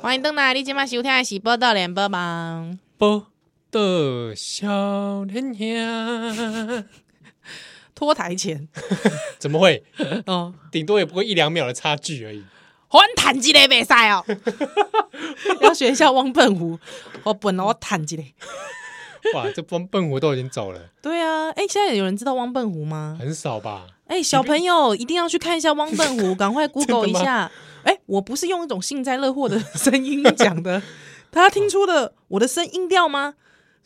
Speaker 1: 欢迎登来，你今晚收听的是《报道联播网》。
Speaker 2: 不的小年呀，
Speaker 1: 脱台 前，
Speaker 2: 怎么会？
Speaker 1: 嗯，
Speaker 2: 顶多也不过一两秒的差距而已。
Speaker 1: 还弹一个袂使哦， 要学一下汪笨虎，我笨了，我弹一个。
Speaker 2: 哇，这帮笨虎都已经走了，
Speaker 1: 对啊，哎、现在有人知道汪笨虎吗？
Speaker 2: 很少吧？
Speaker 1: 哎、小朋友一定要去看一下汪笨虎，赶快 Google
Speaker 2: 真
Speaker 1: 一
Speaker 2: 的吗
Speaker 1: 下。哎、我不是用一种幸灾乐祸的声音讲的，大家听出了我的声音调吗？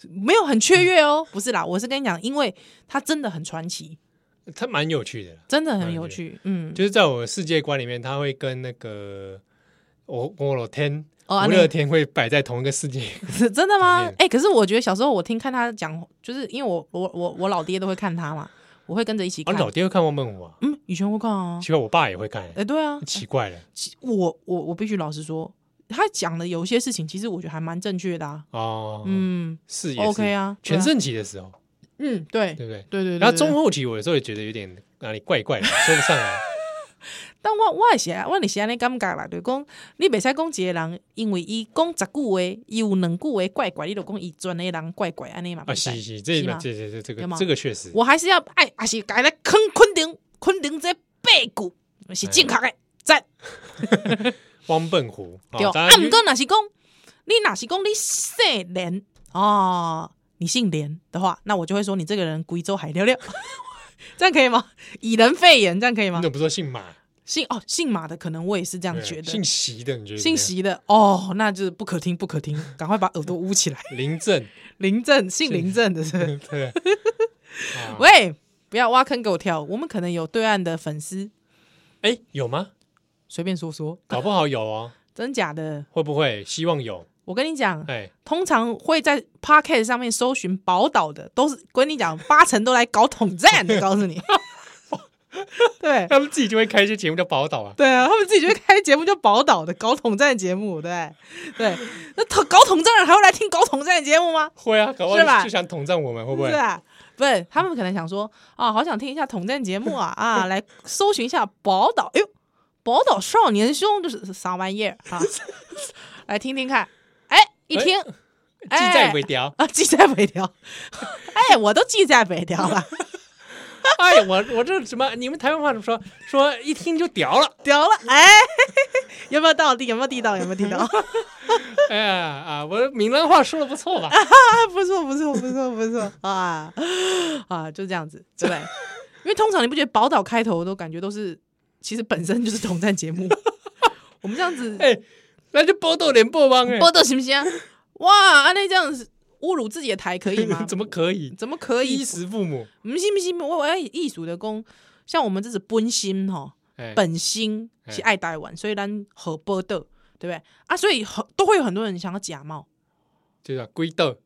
Speaker 1: 没有很雀跃哦，不是啦，我是跟你讲，因为它真的很传奇，
Speaker 2: 它蛮有趣的啦，
Speaker 1: 真的很有趣。嗯，
Speaker 2: 就是在我的世界观里面，它会跟那个我我老天
Speaker 1: 哦
Speaker 2: 我
Speaker 1: 安妮
Speaker 2: 乐天会摆在同一个世界。
Speaker 1: 是真的吗
Speaker 2: 里？面
Speaker 1: 哎、可是我觉得小时候我听看他讲，就是因为我我我我老爹都会看他嘛，我哦会跟着一起
Speaker 2: 啊，
Speaker 1: 看。
Speaker 2: 你老爹会看汪笨虎啊？
Speaker 1: 嗯，以前会看啊。
Speaker 2: 奇怪，我爸也会看
Speaker 1: 哎、，对啊，
Speaker 2: 奇怪了
Speaker 1: 其我我我必须老实说，他讲的有些事情，其实我觉得还蛮正确的啊。
Speaker 2: 哦。
Speaker 1: 嗯
Speaker 2: 是也
Speaker 1: ，OK
Speaker 2: 是，
Speaker 1: 啊，对
Speaker 2: 全
Speaker 1: 啊
Speaker 2: 盛期的时候，
Speaker 1: 嗯，对
Speaker 2: 对不对？
Speaker 1: 对对对。
Speaker 2: 然后中
Speaker 1: 对，
Speaker 2: 后期，我有时候也觉得有点哪里怪怪的，说不上来。啊
Speaker 1: 但我我也是啊，我也是安尼感觉啦，就是讲你袂使讲一个人，因为伊讲十句话，伊有两句话怪怪，你就讲伊全的人怪怪安尼嘛。
Speaker 2: 啊，
Speaker 1: 不可以
Speaker 2: 是是，这
Speaker 1: 是
Speaker 2: 个
Speaker 1: 吗
Speaker 2: 这这这这
Speaker 1: 有
Speaker 2: 个
Speaker 1: 吗
Speaker 2: 这个确实，
Speaker 1: 我还是要爱，还是改来坑昆定，昆定这八句是正确的，赞。
Speaker 2: 汪笨湖啊
Speaker 1: 对，
Speaker 2: 大
Speaker 1: 啊，
Speaker 2: 家
Speaker 1: 毋过若是讲，你若是讲你姓连哦，你姓连的话，那我就会说 你这个人贵州海溜溜，这样可以吗？以人肺炎，这样可以
Speaker 2: 你
Speaker 1: 吗
Speaker 2: 怎？么不说姓马？
Speaker 1: 姓哦姓马的，可能我也是这样觉
Speaker 2: 对
Speaker 1: 得。
Speaker 2: 姓席的，你觉得？
Speaker 1: 姓，席的哦，那就是不可听，不可听，赶快把耳朵捂起来。
Speaker 2: 林正，
Speaker 1: 林 正，姓林正的是不是，
Speaker 2: 对，啊
Speaker 1: 喂，不要挖坑给我跳。我们可能有对岸的粉丝，
Speaker 2: 哎，有吗？
Speaker 1: 随便说说，
Speaker 2: 搞不好有哦，
Speaker 1: 真假的？
Speaker 2: 会不会？希望有。
Speaker 1: 我跟你讲，
Speaker 2: 哎，
Speaker 1: 通常会在 Pocket 上面搜寻宝岛的，都是跟你讲， 八成都来搞统战的，告诉你。 对
Speaker 2: 他们自己就会开一些节目叫宝岛啊。
Speaker 1: 对啊，他们自己就会开节目叫宝岛的搞统战节目，对对。那统搞统战的人还会来听搞统战的节目吗？
Speaker 2: 会啊，搞不
Speaker 1: 是吧
Speaker 2: 好就想统战我们，会不会
Speaker 1: 是？啊，不是，他们可能想说啊，好想听一下统战节目啊 啊，来搜寻一下宝岛，哎呦，宝岛少年兄这是啥玩意儿啊？ 来听听看，哎，一听，
Speaker 2: 记
Speaker 1: 哎
Speaker 2: 在尾条。
Speaker 1: 啊，记在北条，哎，我都记在北条了，
Speaker 2: 哎呀，我我这什么？你们台湾话怎么说？说一听就屌了。
Speaker 1: 屌了，哎， 有没有道理？有没有地道？有没有地道？啊，
Speaker 2: 哎呀啊，我闽南话说的不错 吧？
Speaker 1: 啊不错，不错，不错，不错啊啊，就这样子，对 不对？因为通常你不觉得宝岛开头都感觉都是，其实本身就是统战节目，我们这样 子。
Speaker 2: 哎，那就波豆连波帮哎，
Speaker 1: 报道行不行啊？哇，安内这样子侮辱自己的台可以吗？
Speaker 2: 怎么可以？
Speaker 1: 怎么可以
Speaker 2: 衣？食父母，
Speaker 1: 我们信不信？我我要以艺术的功，像我们这是本心哈，
Speaker 2: 哎，
Speaker 1: 本心是爱台湾，所以咱和报道，对不对？啊，所以很都会有很多人想要假冒，
Speaker 2: 就叫龟豆。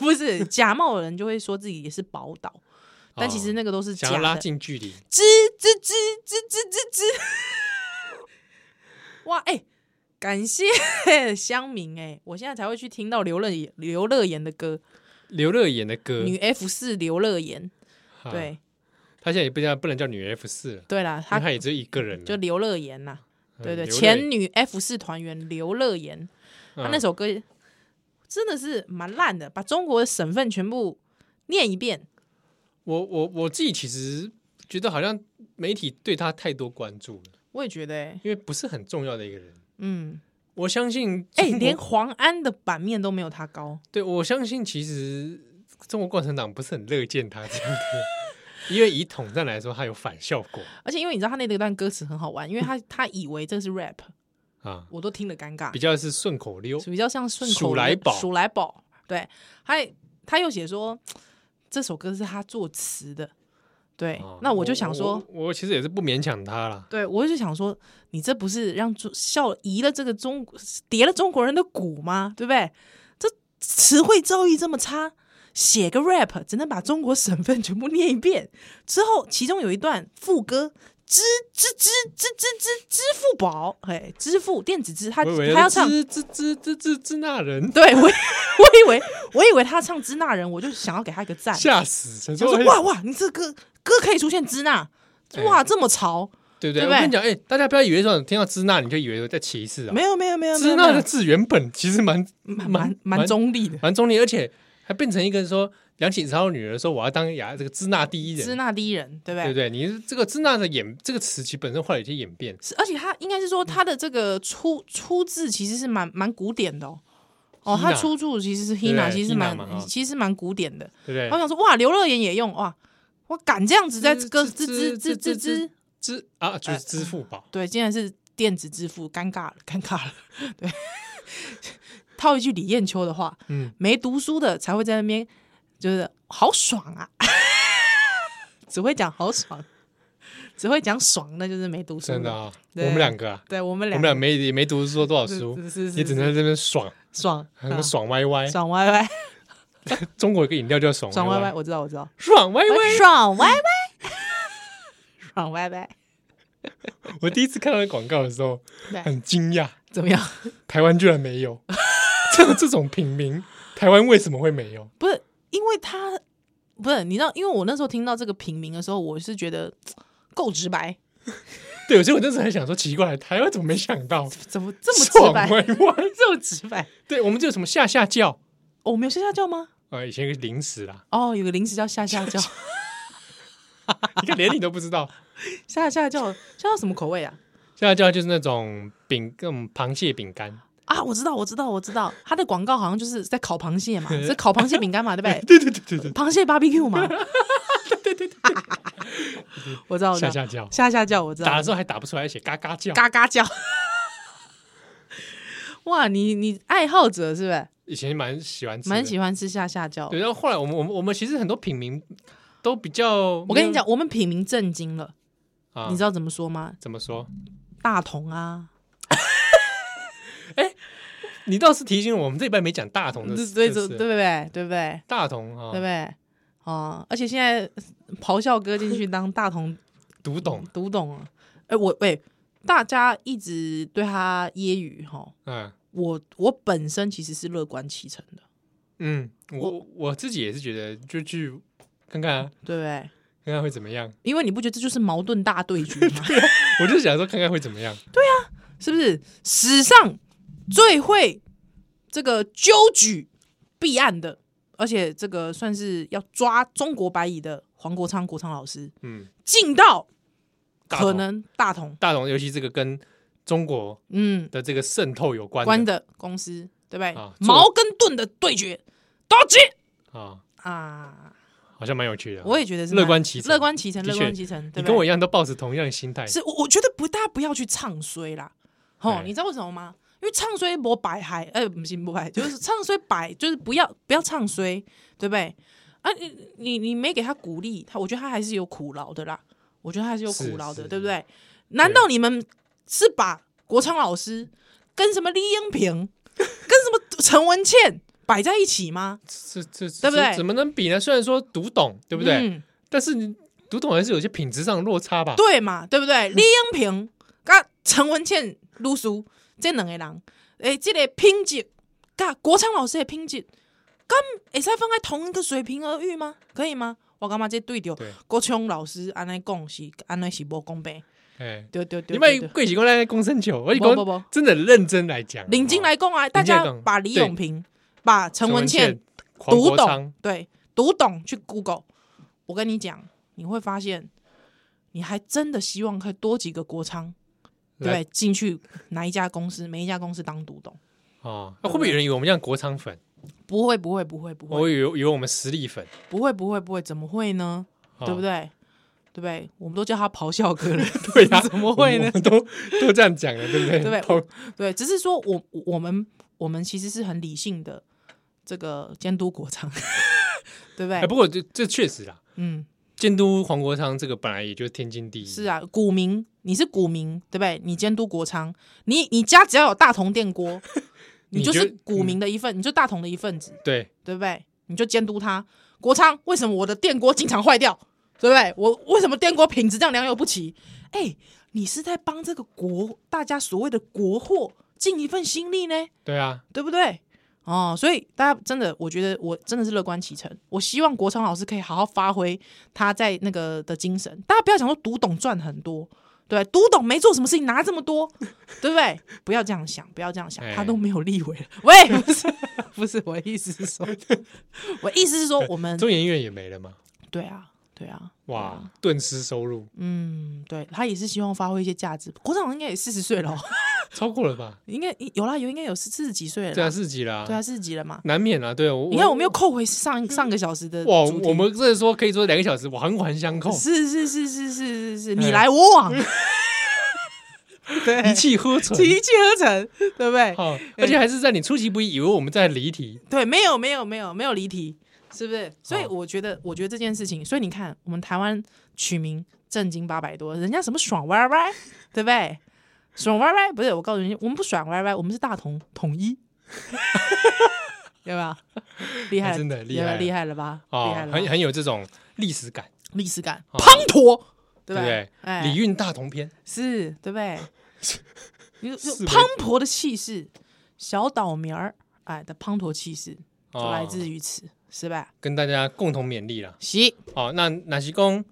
Speaker 1: 不是假冒的人就会说自己也是宝岛，但其实那个都是假
Speaker 2: 哦想要拉
Speaker 1: 的。
Speaker 2: 近距离，
Speaker 1: 吱吱吱吱吱吱吱，哇！哎、感谢乡民哎、我现在才会去听到刘乐言刘乐言的歌。
Speaker 2: 刘乐演的歌，
Speaker 1: 女 F 四刘乐言，
Speaker 2: 啊，
Speaker 1: 对
Speaker 2: 他现在也不叫不能叫女 F 四了，
Speaker 1: 对啦，
Speaker 2: 因为
Speaker 1: 她
Speaker 2: 他也只有一个人了，
Speaker 1: 就刘乐言呐，
Speaker 2: 嗯
Speaker 1: 对对，
Speaker 2: 刘乐
Speaker 1: 前女 F 四团员刘乐言，她
Speaker 2: 嗯
Speaker 1: 那首歌真的是蛮烂的，把中国的省份全部念一遍，
Speaker 2: 我我我自己其实觉得好像媒体对他太多关注了，
Speaker 1: 我也觉得欸，
Speaker 2: 因为不是很重要的一个人。
Speaker 1: 嗯，
Speaker 2: 我相信
Speaker 1: 哎，
Speaker 2: 中国
Speaker 1: 连黄安的版面都没有他高，
Speaker 2: 对我相信其实中国共产党不是很乐见他这样的， 因为以统战来说，他有反效果
Speaker 1: 而且因为你知道他那段歌词很好玩，因为他他以为这是 rap，
Speaker 2: 啊，
Speaker 1: 我都听得尴尬
Speaker 2: 比，较是顺口溜。
Speaker 1: 比较像顺口
Speaker 2: 鼠
Speaker 1: 溜
Speaker 2: 来宝
Speaker 1: 鼠来宝，对，还他又写说这首歌是他作词的，对，
Speaker 2: 啊
Speaker 1: 那我就想说，
Speaker 2: 我我我其实也是不勉强他啦。
Speaker 1: 对我就想说，你这不是让中笑移了这个中叠了中国人的骨吗？对不对？这词汇造诣这么差，写个 rap 只能把中国省份全部念一遍，之后其中有一段副歌。支支支支支支支付宝，哎，支付电子支，他
Speaker 2: 我以为
Speaker 1: 他要唱
Speaker 2: 支支支支支支那人
Speaker 1: 对我以，我以为我以为他唱支那人，我就想要给他一个赞，啊想
Speaker 2: 吓死，想说
Speaker 1: 说
Speaker 2: 哎
Speaker 1: 哇哇，你这歌歌可以出现支那，哇这么潮，
Speaker 2: 对不对？
Speaker 1: 对
Speaker 2: 我
Speaker 1: 不对
Speaker 2: 跟你讲，哎，大家不要以为说听到支那你就以为我在歧视啊
Speaker 1: 没。有没有没有，没
Speaker 2: 支
Speaker 1: 有
Speaker 2: 那
Speaker 1: 没
Speaker 2: 的
Speaker 1: 有
Speaker 2: 字原本其实蛮
Speaker 1: 蛮蛮蛮中立的，
Speaker 2: 蛮中立，而且还变成一个说梁启超女儿说我要当雅这个支那第一
Speaker 1: 支
Speaker 2: 人，
Speaker 1: 那第一人，对不
Speaker 2: 对
Speaker 1: 对？
Speaker 2: 不对？你这个支那的演这个词，其实本身后来有些演变，
Speaker 1: 是，而且他应该是说他的这个出出自其实是蛮蛮古典的哦。哦，他
Speaker 2: Hina
Speaker 1: 出处其实是
Speaker 2: 对
Speaker 1: Hina，其实
Speaker 2: Hina
Speaker 1: 蛮
Speaker 2: 嘛哈
Speaker 1: 其实蛮古典的。
Speaker 2: 对
Speaker 1: 我
Speaker 2: 不对？
Speaker 1: 想说，哇，刘乐言也用哇，我敢这样子哦在
Speaker 2: 支
Speaker 1: 歌
Speaker 2: 支
Speaker 1: 支支支支
Speaker 2: 支
Speaker 1: 支，
Speaker 2: 支啊，
Speaker 1: 呃
Speaker 2: 就是支付 宝，
Speaker 1: 对，竟然是电子支付，尴尬了，尴尬了。对， 套一句李艳秋的话，
Speaker 2: 嗯，
Speaker 1: 没读书的才会在那边就是好爽啊， 只会讲好爽，只会讲爽，那就是没读书
Speaker 2: 真的啊，我
Speaker 1: 对
Speaker 2: 们两个啊，
Speaker 1: 嗯对我们
Speaker 2: 我
Speaker 1: 俩，
Speaker 2: 们俩没也没读书多少书
Speaker 1: 是是，是
Speaker 2: 也只能在这边爽，
Speaker 1: 爽，
Speaker 2: 还能
Speaker 1: 啊
Speaker 2: 爽歪歪。
Speaker 1: 爽歪歪，
Speaker 2: 中国有个饮料叫爽
Speaker 1: 爽歪歪，
Speaker 2: 歪，
Speaker 1: 我知道，我知道，
Speaker 2: 爽歪歪。
Speaker 1: 爽歪歪， 爽歪歪，
Speaker 2: 我第一次看到那广告的时候
Speaker 1: 对，
Speaker 2: 很惊讶，
Speaker 1: 怎么样？
Speaker 2: 台湾居然没有这这种品名，台湾为什么会没有？
Speaker 1: 不是，因为他不是，你知道，因为我那时候听到这个平民的时候，我是觉得够直白，
Speaker 2: 对，所以我那时候还想说，奇怪，台湾怎么没想到
Speaker 1: 怎么这么
Speaker 2: 爽
Speaker 1: 直
Speaker 2: 歪
Speaker 1: 白，
Speaker 2: 歪？
Speaker 1: 这么直白？
Speaker 2: 对，我们就有什么下下叫，
Speaker 1: 哦，我们有下下叫吗？
Speaker 2: 呃，以前有个零食啦，
Speaker 1: 哦，有个零食叫下 下叫，
Speaker 2: 你看连你都不知道，
Speaker 1: 下下叫，下叫什么口味啊？
Speaker 2: 下下叫就是那种饼，那种螃蟹饼干，
Speaker 1: 啊，我知道，我知道，我知道，它的广告好像就是在烤螃 蟹嘛，哎 是烤螃蟹饼干嘛，对不对？
Speaker 2: 对对对对对
Speaker 1: 螃蟹 BBQ 嘛， 我知道，我知
Speaker 2: 下
Speaker 1: 道，
Speaker 2: 下叫，
Speaker 1: 下下叫，我知
Speaker 2: 打
Speaker 1: 道
Speaker 2: 的，时候还打不出来，而且嘎嘎叫，
Speaker 1: 嘎嘎叫。 哇，你你爱好者是不是？
Speaker 2: 以前蛮喜欢吃的，
Speaker 1: 蛮喜欢吃下下叫。
Speaker 2: 对，然后后来我们我们我们其实很多品名都比较，
Speaker 1: 我跟你讲，我们品名震惊了，
Speaker 2: 啊，
Speaker 1: 你知道怎么说吗？
Speaker 2: 怎么说？
Speaker 1: 大同啊，
Speaker 2: 你倒是提醒我，我们这一半没讲大同的
Speaker 1: 对
Speaker 2: 事，
Speaker 1: 对
Speaker 2: 这
Speaker 1: 对
Speaker 2: 事
Speaker 1: 对不对？对不对？
Speaker 2: 大同啊，
Speaker 1: 对不对？哦，而且现在咆哮哥进去当大同
Speaker 2: 读懂，
Speaker 1: 读懂了。哎，我喂，大家一直对他揶揄哈，
Speaker 2: 嗯
Speaker 1: 我我本身其实是乐观其成的，
Speaker 2: 嗯，我我自己也是觉得，就去看看啊
Speaker 1: 对不对？
Speaker 2: 看看会怎么样，
Speaker 1: 因为你不觉得这就是矛盾大对决 吗？
Speaker 2: 我就想说看看会怎么样，
Speaker 1: 是不是？史上最会这个纠举弊案的，而且这个算是要抓中国白蚁的黄国昌国昌老师，
Speaker 2: 嗯，
Speaker 1: 进到
Speaker 2: 大同
Speaker 1: 可能大同
Speaker 2: 大同，尤其这个跟中国
Speaker 1: 嗯
Speaker 2: 的这个渗透有关
Speaker 1: 关
Speaker 2: 的
Speaker 1: 的公司，对不对？
Speaker 2: 啊做
Speaker 1: 矛跟盾的对决，多吉
Speaker 2: 啊，
Speaker 1: 啊！
Speaker 2: 好像蛮有趣的。
Speaker 1: 我也觉得是
Speaker 2: 乐
Speaker 1: 蛮
Speaker 2: 观其成
Speaker 1: 啊乐观其成，
Speaker 2: 的
Speaker 1: 乐
Speaker 2: 确
Speaker 1: 观其成，对
Speaker 2: 你
Speaker 1: 不
Speaker 2: 跟我一
Speaker 1: 对？
Speaker 2: 样都抱着同样的心态，
Speaker 1: 是我我觉得不，大家不要去唱衰啦。哦
Speaker 2: 哎，
Speaker 1: 你知道为什么吗？因为唱衰博百海，呃，不行不百，就是唱衰百，就是不要不要唱衰，对不对？啊，你你你没给他鼓励，他我觉得他还是有苦劳的啦，我觉得他还是有
Speaker 2: 是
Speaker 1: 苦劳的，
Speaker 2: 是
Speaker 1: 对不对？难道你们是把国昌老师跟什么李英平、跟什么陈文茜摆在一起吗？
Speaker 2: 这这
Speaker 1: 对不对
Speaker 2: 这怎么能比呢？虽然说读懂，对
Speaker 1: 对
Speaker 2: 不对？？但是你读懂还是有些品质上的落差吧？
Speaker 1: 对嘛，对不对？李英平跟陈文茜、鲁叔这两个人，诶，这个品质，跟国昌老师的品质，咁会使放在同一个水平而遇吗？可以吗？我感觉这对着
Speaker 2: 对
Speaker 1: 国昌老师安尼讲是安尼是无公平，
Speaker 2: 哎，
Speaker 1: 对对对对
Speaker 2: 你卖
Speaker 1: 对。
Speaker 2: 贵几公来公升酒，我跟你
Speaker 1: 不不不
Speaker 2: 讲，真的认真来讲，哦
Speaker 1: 领金来讲啊，大
Speaker 2: 来
Speaker 1: 家
Speaker 2: 讲
Speaker 1: 把李
Speaker 2: 对
Speaker 1: 永平、把
Speaker 2: 哦
Speaker 1: 陈文茜、
Speaker 2: 黄
Speaker 1: 读
Speaker 2: 国昌
Speaker 1: 懂，对，读懂去 Google，我跟你讲，你会发现，你还真的希望可以多几个国昌。
Speaker 2: 来
Speaker 1: 对，进去哪一家公司，每一家公司当独董，
Speaker 2: 哦，那会不会有人以为我们像国昌粉？
Speaker 1: 不会，不会，不会，不
Speaker 2: 我
Speaker 1: 会，
Speaker 2: 以为以为我们实力粉，
Speaker 1: 不会，不会，不会，怎么会呢？
Speaker 2: 哦
Speaker 1: 对不？对？对不对？我们都叫他咆哮哥了，
Speaker 2: 对呀，
Speaker 1: 怎么会呢
Speaker 2: 啊我们 都都这样讲了，对不对？
Speaker 1: 对
Speaker 2: 同
Speaker 1: 对，只是说我我我们我们其实是很理性的，这个监督国 昌，对不
Speaker 2: 哎，
Speaker 1: 对？
Speaker 2: 不过这这确实啦，
Speaker 1: 嗯，
Speaker 2: 监督黄国昌这个本来也就是天经地义，
Speaker 1: 是啊，股民，你是股民，对不对？你监督国昌，你你家只要有大同电锅，你
Speaker 2: 你
Speaker 1: 就
Speaker 2: 就是
Speaker 1: 股民的一份，你就大同的一份子，
Speaker 2: 对，
Speaker 1: 对不对？你就监督他。国昌，为什么我的电锅经常坏掉？对不对？我为什么电锅品质这样良莠不齐？哎，你是在帮这个国大家所谓的国货尽一份心力呢，
Speaker 2: 对啊，
Speaker 1: 对不对？哦，所以大家真的，我觉得我真的是乐观其成。我希望国昌老师可以好好发挥他在那个的精神。大家不要想说读懂赚很多，对，读懂没做什么事情拿这么多，对不对？不要这样想，不要这样想，
Speaker 2: 哎
Speaker 1: 他都没有立委了。喂，不是， 不是，我的意思是说，我意思是说，我 们
Speaker 2: 中研院也没了嘛，
Speaker 1: 对啊，对啊，
Speaker 2: 哇，顿时收入
Speaker 1: 嗯，对他也是希望发挥一些价值。国昌好像应该也四十岁了哦，
Speaker 2: 超过了吧？
Speaker 1: 应该有啦，有应该有四四十几岁了
Speaker 2: 对啊，
Speaker 1: 啦，
Speaker 2: 四级啦，
Speaker 1: 对啊，四十几了嘛。
Speaker 2: 难免啊，对啊，我
Speaker 1: 你看，我们又扣回上上个小时的
Speaker 2: 哇，
Speaker 1: 主题
Speaker 2: 我们这说可以说两个小时环环相 扣，
Speaker 1: 是是是是是是是，你
Speaker 2: 哎
Speaker 1: 来我 往，啊
Speaker 2: 一气呵 成。
Speaker 1: 一气呵成，对不对？
Speaker 2: 好，而且还是在你出其不意，以为我们在离题。
Speaker 1: 对，没有没有没有没有离题，是不是？所以
Speaker 2: 好
Speaker 1: 我觉得，我觉得这件事情，所以你看，我们台湾取名正经八百多，人家什么爽歪歪，对不对？爽歪歪不是，我告诉你，我们不爽歪歪，我们是大同统 一，有没有？厉害了，
Speaker 2: 哎真的厉
Speaker 1: 有没有
Speaker 2: 害
Speaker 1: 厉害了吧？厉害
Speaker 2: 啊，
Speaker 1: 了吧，
Speaker 2: 很很有这种历史感，
Speaker 1: 历史感，
Speaker 2: 哦
Speaker 1: 滂沱，对不
Speaker 2: 对不
Speaker 1: 对
Speaker 2: 对？？
Speaker 1: 哎
Speaker 2: 礼，运大同篇，
Speaker 1: 是，对不 对？你就
Speaker 2: 四
Speaker 1: 就
Speaker 2: 维
Speaker 1: 磅礴的气势，小岛苗儿哎的滂沱气势，就
Speaker 2: 哦嗯
Speaker 1: 来自于此，是吧？
Speaker 2: 跟大家共同勉励啦。
Speaker 1: 是，
Speaker 2: 好，那哪西公，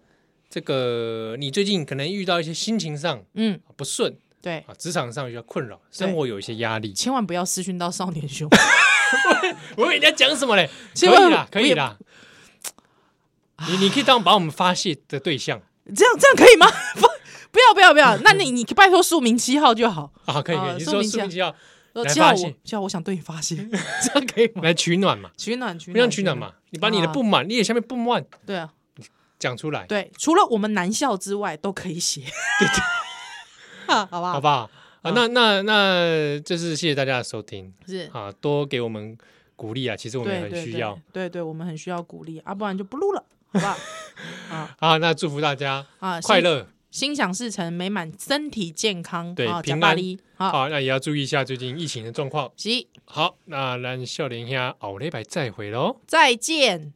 Speaker 2: 这个你最近可能遇到一些心情上
Speaker 1: 嗯，
Speaker 2: 不顺
Speaker 1: 对，
Speaker 2: 啊，职场上有些困扰，生活有一些压力，
Speaker 1: 千万不要私讯到少年兄，
Speaker 2: 我以为你在讲什么嘞？ 可
Speaker 1: 千万
Speaker 2: 以啦，
Speaker 1: 不
Speaker 2: 可以
Speaker 1: 要
Speaker 2: 啦。你你可以当把我们发泄的对象
Speaker 1: 这样这样可以吗？ 不，不要不要不要，那你你拜托署名七号就好，
Speaker 2: 啊，可以可
Speaker 1: 啊
Speaker 2: 以。你
Speaker 1: 说
Speaker 2: 说
Speaker 1: 明一
Speaker 2: 是
Speaker 1: 下
Speaker 2: 不是
Speaker 1: 说
Speaker 2: 要来
Speaker 1: 七号
Speaker 2: 发
Speaker 1: 我
Speaker 2: 泄
Speaker 1: 七号我想对你发 泄， 这样可以吗？
Speaker 2: 来取暖嘛？
Speaker 1: 取暖取
Speaker 2: 不像
Speaker 1: 暖
Speaker 2: 取暖，嘛，你把你的不满，你也下面不满，
Speaker 1: 对啊，
Speaker 2: 讲出来，
Speaker 1: 对，除了我们男校之外都可以写， 啊好不好？
Speaker 2: 好不好？啊，那那那就是谢谢大家的收听
Speaker 1: 是，
Speaker 2: 啊，多给我们鼓励啊，其实我们也
Speaker 1: 对
Speaker 2: 很
Speaker 1: 对
Speaker 2: 需要
Speaker 1: 对，对对，我们很需要鼓励啊，不然就不录了，好不好？啊
Speaker 2: 啊。那祝福大家
Speaker 1: 啊，
Speaker 2: 快
Speaker 1: 心
Speaker 2: 乐
Speaker 1: 心想事成，美满，身体健康，
Speaker 2: 对
Speaker 1: 啊，
Speaker 2: 平
Speaker 1: 假巴
Speaker 2: 安
Speaker 1: 黎，好，
Speaker 2: 啊，那也要注意一下最近疫情的状况。
Speaker 1: 行，
Speaker 2: 好，那咱笑脸兄后礼拜再会喽。
Speaker 1: 再见。